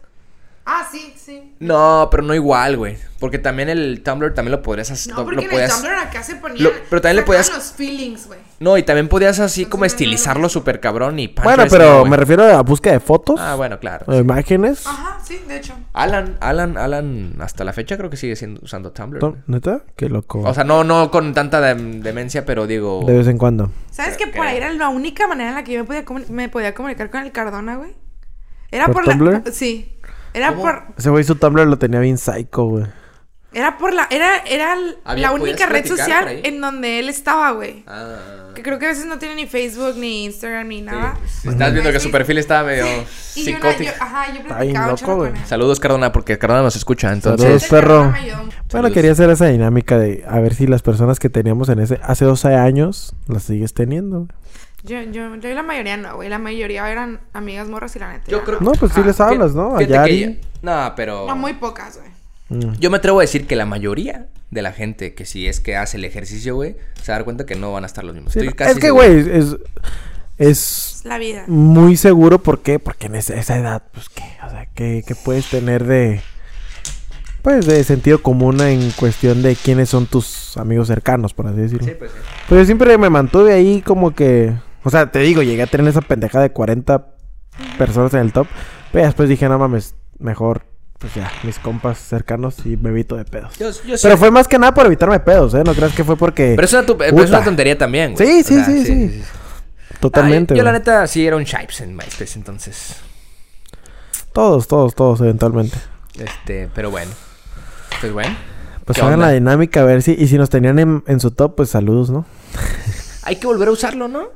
Ah, sí, sí. No, pero no igual, güey. Porque también el Tumblr también lo podrías hacer. No, lo porque en el podías- Tumblr acá se ponía... lo- pero también le podías- los feelings, güey. No, y también podías así como no, no, no. estilizarlo súper cabrón y Pinterest. bueno, no, pero güey. me refiero a búsqueda de fotos eh. Ah, bueno, claro. o imágenes. Ajá, sí, de hecho. Alan, Alan, Alan, hasta la fecha creo que sigue siendo, usando Tumblr. Tom- güey. ¿Neta? Qué loco. O sea, no, no con tanta dem- demencia, pero digo. de vez en cuando. ¿Sabes que Creo por que- ahí era la única manera en la que yo me podía, comuni- me podía comunicar con el Cardona, güey? Era por, ¿Por la... Tumblr? Sí. Era ¿Cómo? por... Ese güey su Tumblr lo tenía bien psycho, güey. Era por la... Era, era l- Había- la podías única red platicar por ahí. social en donde él estaba, güey. Ah. Que creo que a veces no tiene ni Facebook, ni Instagram, ni Sí, nada. pues, Estás viendo que su perfil estaba medio Y yo, una- yo- ah. psicótico. ajá, yo Está bien platicaba un loco, chorro güey. con él. Saludos, Cardona, porque Cardona nos escucha, Saludos. entonces. Entonces, perro. Cardona me ayudó mucho. Bueno, Saludos. quería hacer esa dinámica de a ver si las personas que teníamos en ese hace 12 años las sigues teniendo. güey. Yo, yo, yo la mayoría no, güey. La mayoría eran amigas morras y la neta. ya No, pues sí les fí- hablas, ¿no? A fíjate que Yari. ya- No, pero. No, No, muy pocas, güey. Mm. Yo me atrevo a decir que la mayoría de la gente que si es que hace el ejercicio, güey, se va a dar cuenta que no van a estar los mismos. Sí, Estoy no. casi es que, seguro. güey, es, es Es Pues, la vida. muy seguro. ¿Por qué? Porque en esa, esa edad, pues, ¿qué? O sea, ¿qué, qué puedes tener de... Pues de sentido común en cuestión de quiénes son tus amigos cercanos, por así decirlo. Sí, pues, sí. Pues yo siempre me mantuve ahí como que... O sea, te digo, llegué a tener esa pendeja de 40 personas en el top. Pero ya después dije, no mames, mejor pues ya, mis compas cercanos y me evito de pedos. Yo, yo sé. Pero fue más que nada por evitarme pedos, ¿eh? No creas que fue porque... Pero es una, tu- pero es Puta. una tontería también, güey. Sí, sí, sí, sí. Totalmente, Ah, yo, yo la güey. neta sí era un shipes en MySpace, entonces. Todos, todos, todos, eventualmente. Este, pero bueno. Pues bueno. Pues ¿Qué hagan onda? la dinámica a ver si... Y si nos tenían en, en su top, pues saludos, ¿no? Hay que volver a usarlo, ¿no?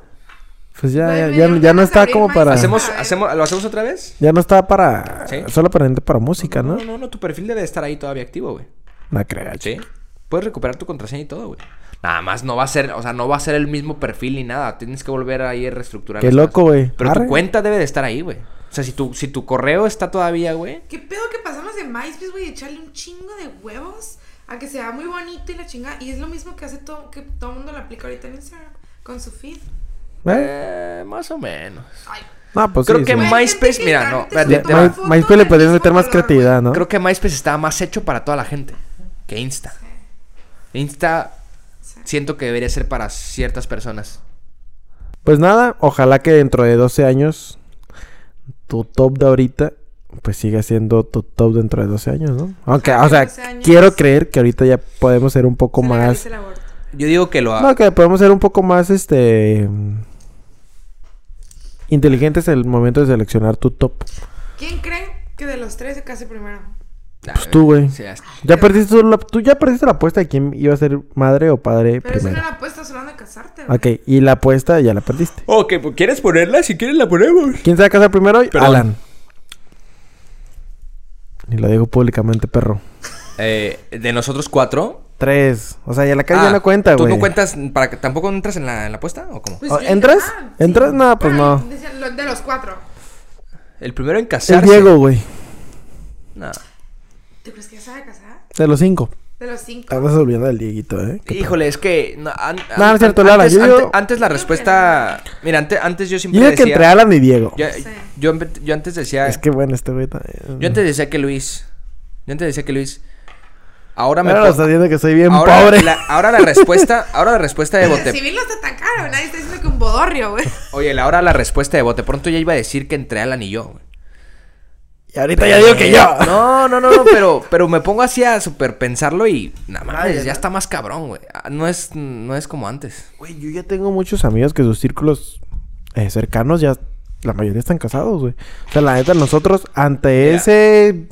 Pues ya, Güey, ya, me ya, dieron ya no ganas de está abrir como más. para... Hacemos, Ay. hacemos, ¿Lo hacemos otra vez? Ya no está para... Sí. Solo para gente para música, ¿no? No, no, no, tu perfil debe de estar ahí todavía activo, güey. No creas. Ah, Sí. Puedes recuperar tu contraseña y todo, güey. Nada más no va a ser, o sea, no va a ser el mismo perfil ni nada. Tienes que volver ahí a reestructurar. Qué las loco, cosas. güey. Pero Arre. tu cuenta debe de estar ahí, güey. O sea, si tu, si tu correo está todavía, güey. ¿Qué pedo que pasamos de MySpace, güey? Echarle un chingo de huevos a que sea muy bonito y la chingada. Y es lo mismo que hace todo, que todo el mundo lo aplica ahorita en Instagram con su feed. ¿Eh? eh, más o menos. Ay, No, pues Creo sí, que sí. güey, MySpace, gente que mira, literalmente no, se espérate, toma Ma- foto MySpace le del podrías mismo meter más color, creatividad, ¿no? Creo que MySpace estaba más hecho para toda la gente que Insta. Insta Sí. siento que debería ser para ciertas personas. Pues nada, ojalá que dentro de 12 años tu top de ahorita pues siga siendo tu top dentro de 12 años, ¿no? Aunque, o sea, 12 años. quiero creer que ahorita ya podemos ser un poco Se legaliza más... el aborto. Yo digo que lo ha- No, que podemos ser un poco más, este... mm, Inteligentes en el momento de seleccionar tu top. ¿Quién creen que de los tres se case primero? Ah, pues tú, güey. sí, hasta- Ya perdiste tú la, tú ya perdiste la apuesta de quién iba a ser madre o padre Pero eso no primero. era apuesta, solo de casarte, güey. Ok, y la apuesta ya la perdiste. Ok, pues quieres ponerla, si quieres la ponemos. ¿Quién se va a casar primero? Perdón. Alan. Y lo digo públicamente, perro. Eh, de nosotros cuatro. Tres. O sea, ya la calle Ah, ya no cuenta, ¿Tú güey. no cuentas para que tampoco entras en la, en la apuesta o cómo? Pues Oh, sí, ¿entras? ah, ¿Entras? No, pues Bueno, no. decía, lo- De los cuatro. El primero en El casarse. Diego, güey. No. ¿Tú crees que ya se va a casar? De los cinco. De los cinco. Estás olvidando del Dieguito, ¿eh. Qué perro. Híjole, es que no, an- No, an- no es cierto, an- Lara, antes, yo ante- digo- antes la respuesta, mira, ante- antes yo Yo siempre digo que decía entre Alan y Diego. yo, Sí. yo empe- yo antes decía Es que bueno, este güey también. yo antes decía que Luis, yo antes decía que Luis ahora me Ahora lo po- está diciendo que soy bien ahora pobre. la, ahora la respuesta, ahora la respuesta de Si bote. bien los atacaron, nadie está diciendo que un bodorrio, güey. Oye, la- ahora la respuesta de bote pronto ya iba a decir que entre Alan y yo. güey. Y ahorita ya digo que yo. No, no, no, no, pero, pero me pongo así a super pensarlo y nada más, Vaya, ya está más cabrón, güey. Ah, No es, no es como antes. Güey, yo ya tengo muchos amigos que sus círculos eh, cercanos ya... La mayoría están casados, güey. O sea, la neta, nosotros ante Ya. ese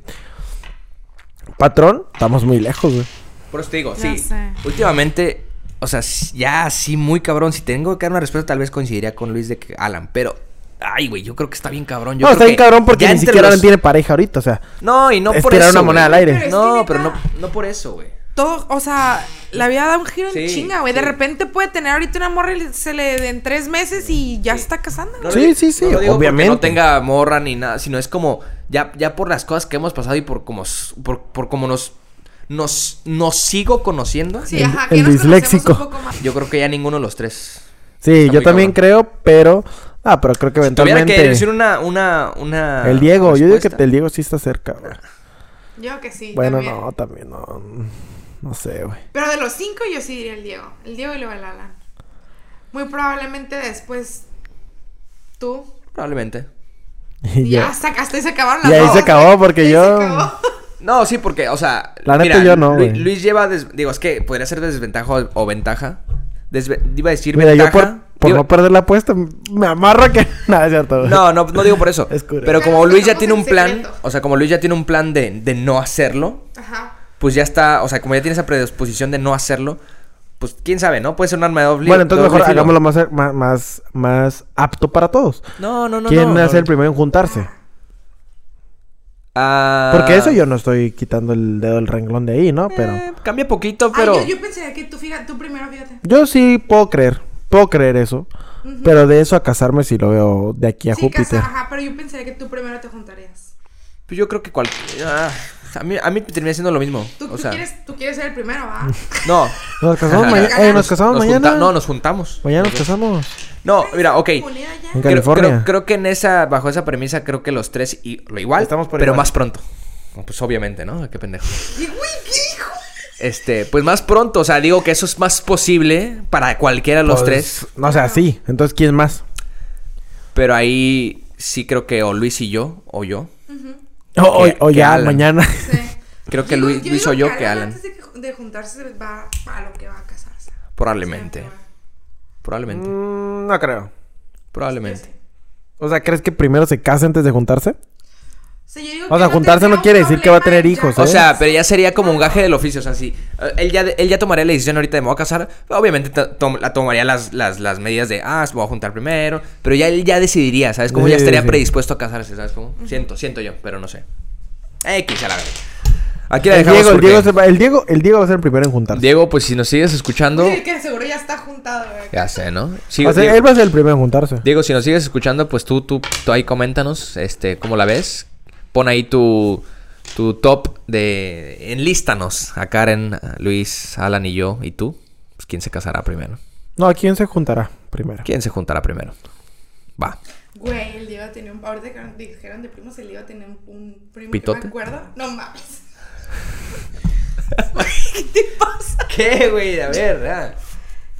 patrón estamos muy lejos, güey. Por eso te digo, Ya sí. sé. Últimamente, o sea, s- ya así muy cabrón. Si tengo que dar una respuesta, tal vez coincidiría con Luis de que Alan, pero. Ay, güey, yo creo que está bien cabrón. Yo no, creo está bien que cabrón porque ya ni entre siquiera los- Alan tiene pareja ahorita, o sea. No, y no es por tirar eso. una moneda al güey. aire. Pero es que No, neta- pero no, no por eso, güey. todo, o sea, la vida da un giro en Sí, chinga, güey. De sí. repente puede tener ahorita una morra y le- se le den tres meses y ya Sí. está casando. No lo güey. Sí, digo- sí, sí, no lo digo porque obviamente. No tenga morra ni nada, sino es como ya, ya por las cosas que hemos pasado y por como, s- por, por como nos, nos, nos sigo conociendo. Sí, El- ajá, que el nos conocemos disléxico. un poco más. Yo creo que ya ninguno de los tres. Sí, Está yo muy también creo, pero... Ah, pero creo que Tuviera eventualmente... que decir una, una, una. El Diego, yo digo respuesta. que el Diego sí está cerca, güey. Yo que sí. Bueno, también. no, también no. No sé, güey. Pero de los cinco yo sí diría el Diego. El Diego y luego el Alan. Muy probablemente después tú. Probablemente. Y ya yo- hasta, hasta ahí se acabaron Y las ahí se dos, acabó güey. porque Ahí se yo- acabó. No, sí, porque, o sea. La neta yo no, Lu- güey. Luis, lleva. des- Digo, es que podría ser desventaja o, o ventaja. Desve- Iba a decir Mira, yo ventaja. por, por Digo- no perder la apuesta, me amarro que. Nada, es cierto. güey. no, no, no digo por eso. Es cura. Pero como Pero Luis ya estamos tiene en un plan. secreto. O sea, como Luis ya tiene un plan de, de no hacerlo. Ajá. Pues ya está. O sea, como ya tiene esa predisposición de no hacerlo. Pues quién sabe, ¿no? Puede ser un arma de doble. Bueno, entonces doble mejor filo. hagámoslo más, eh, más, más, más apto para todos. No, no, no. ¿Quién no, es no. el primero en juntarse? Ah, Porque eso yo no estoy quitando el dedo del renglón de ahí, ¿no? Pero eh, cambia poquito, Ay, pero. yo, yo pensaría que tú, fíjate, tú primero, fíjate. yo sí puedo creer. Puedo creer eso. Pero de eso a casarme sí lo veo de aquí a sí, casa- Júpiter. ajá, pero yo pensaría que tú primero te juntarías. Pues yo creo que cual... ah, a, mí, a mí termina siendo lo mismo. Tú, o tú sea, quieres, tú quieres ser el primero, ¿va? No. Nos casamos, Ajá. mañana- eh, nos casamos Nos mañana. junta- No, nos juntamos. Mañana nos casamos. No, mira, ok. Unida ya. En Creo, California. creo, creo que en esa, bajo esa premisa, creo que los tres y lo igual, Estamos por pero igual. más pronto. No, Pues obviamente, ¿no? Qué pendejo. Y, güey, ¿qué dijo? Este, pues más pronto, o sea, digo que eso es más posible para cualquiera de los Pues, tres. No, o sea, sí. Entonces, ¿quién más? Pero ahí sí creo que o Luis y yo, o yo. O, o- Que- Eh, o que ya Alan. mañana. Sí. Creo que Yo- Luis, Luis digo o yo Alan que Alan. Antes de, que- de juntarse va a lo que va a casarse. Probablemente. Probablemente. Mm, no creo. Probablemente. O sea, ¿crees que primero se casa antes de juntarse? sea, yo digo O sea, que juntarse tendría no quiere un decir que va a problema tener hijos, ya. O ¿eh? sea, pero ya sería como un gaje del oficio, o sea, sí. eh, Él ya, él ya tomaría la decisión ahorita de me voy a casar. Obviamente to- tom- la tomaría las, las, las medidas de, ah, me voy a juntar primero. Pero ya él ya decidiría, ¿sabes? Como ya Sí, estaría sí. predispuesto a casarse, ¿sabes? Como, siento, siento yo, pero no sé. X a la verga. Aquí la El dejamos Diego, el porque- Diego, se va- el, Diego, el Diego va a ser el primero en juntarse. Diego, pues si nos sigues escuchando... Sí, que seguro ya está juntado, ¿eh? güey. Ya sé, ¿no? Sí, o sea, Diego- él va a ser el primero en juntarse. Diego, si nos sigues escuchando, pues tú, tú, tú ahí coméntanos, este, cómo la ves. Pon ahí tu, tu top de... Enlístanos a Karen, a Luis, Alan y yo, y tú. Pues quién se casará primero. No, ¿a quién se juntará primero? ¿Quién se juntará primero? Va. Güey, el Diego tenía un. Ahorita que dijeron de primos, el Diego tenía un, un primo. ¿Pitote? Que me acuerdo. No mames. Güey, ¿Qué te pasa? ¿Qué, güey? A ver, ah.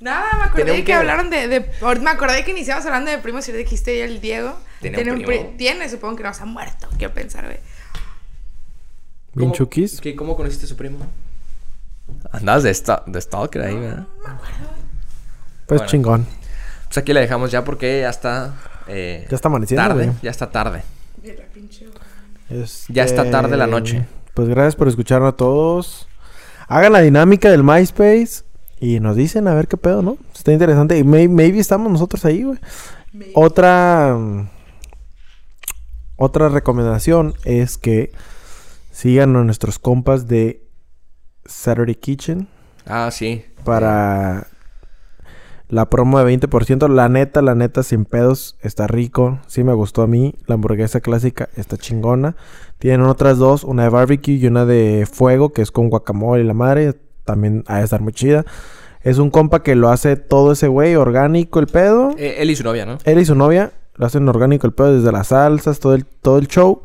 Nada, me acordé Tenía un que, que- hablaron de, de- ahor- Me acordé que iniciamos hablando de primos y le dijiste el Diego. Tenía un pri- primo. tiene, supongo que no se ha muerto. Quiero pensar, güey. ¿Vinchukis? ¿Cómo conociste a su primo? Andabas de, sta- de stalker ahí, ¿verdad? Pues Bueno. chingón. Pues aquí la dejamos ya porque ya está... eh, Ya está amaneciendo, Tarde, güey. ya está tarde. Mira, pinche. güey. Este, Ya está tarde la noche. Pues gracias por escucharnos a todos. Hagan la dinámica del MySpace y nos dicen a ver qué pedo, ¿no? Está interesante. Y may- maybe estamos nosotros ahí, güey. Me- Otra. mm, Otra recomendación es que sigan a nuestros compas de Saturday Kitchen Ah, sí. para la promo de 20%. La neta, la neta, sin pedos, está rico. Sí me gustó a mí. La hamburguesa clásica está chingona. Tienen otras dos, una de barbecue y una de fuego, que es con guacamole y la madre. También ha de estar muy chida. Es un compa que lo hace todo ese güey, orgánico el pedo. Eh, él y su novia, ¿no? Él y su novia lo hacen orgánico el pedo desde las salsas, todo el, todo el show.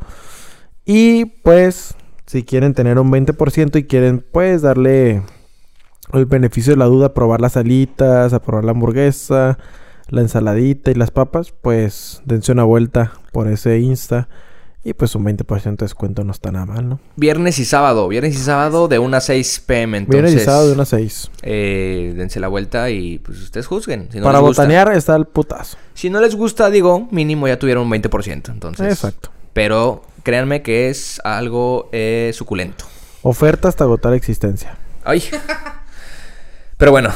Y pues, si quieren tener un 20% y quieren, pues, darle el beneficio de la duda, a probar las alitas, a probar la hamburguesa, la ensaladita y las papas, pues, dense una vuelta por ese Insta. Y pues un 20% de descuento no está nada mal, ¿no? Viernes y sábado. Viernes y sábado de 1 a 6 pm. Entonces, Viernes y sábado de unas 6. eh, dense la vuelta y pues ustedes juzguen. Si no Para les gusta. botanear está el putazo. Si no les gusta, digo, mínimo ya tuvieron un 20%. Entonces. Exacto. Pero créanme que es algo eh, suculento. Oferta hasta agotar existencia. Ay. Pero bueno,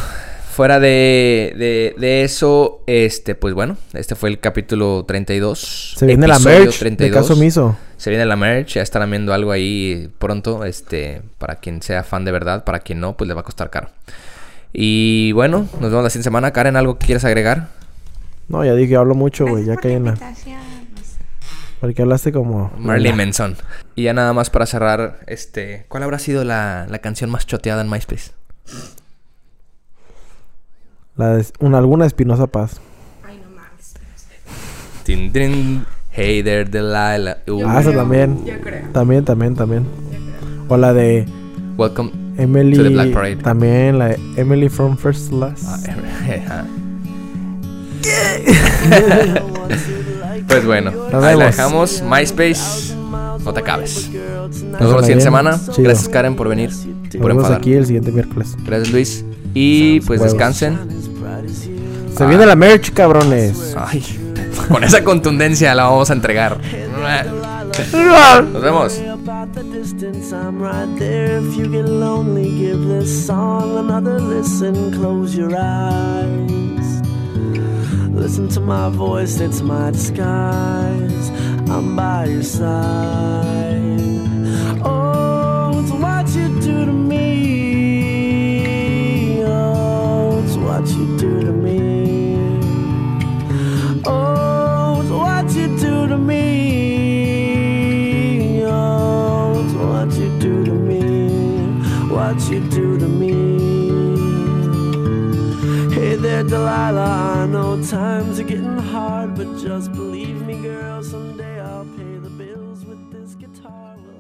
fuera de, de, de eso, este, pues bueno, este fue el capítulo 32. Se viene la episodio merch de caso miso. Se viene la merch, ya estarán viendo algo ahí pronto, este, para quien sea fan de verdad, para quien no, pues le va a costar caro. Y bueno, nos vemos la siguiente semana. Karen, ¿algo que quieras agregar? No, ya dije, hablo mucho, güey. Gracias Ya por la caí en la... invitación. Porque hablaste como... Marilyn Manson. Y ya nada más para cerrar, este, ¿cuál habrá sido la, la canción más choteada en MySpace? La de- una, alguna de Espinosa Paz. Ay, no mames. Tin, tin. Hey there, Delilah. Ooh. Yo ah, esa creo, también. yo creo. También, también, también. O la de Welcome. Emily... To the Black Parade. Ah, También, la de Emily from First Class. pues bueno, Nos ahí la vemos. dejamos. MySpace, no te acabes. Nos vemos la bien. siguiente semana. Chido. Gracias Karen por venir. y Nos Por vemos enfadar. aquí el siguiente miércoles. Gracias Luis. Y pues Huevos. descansen. Ah. Se viene la merch, cabrones. Ay, con esa contundencia la vamos a entregar. Nos vemos. about the distance, I'm right there. If you get lonely, give this song another listen. Close your eyes. Listen to my voice, it's my disguise. I'm by your side. Oh, it's what you do to me. Oh, it's what you do to me. Oh, it's what you do to me. Oh, it's what you do to me. What you do to me. Hey there, Delilah. I know times are getting hard, but just believe me, girl. Someday I'll pay the bills with this guitar.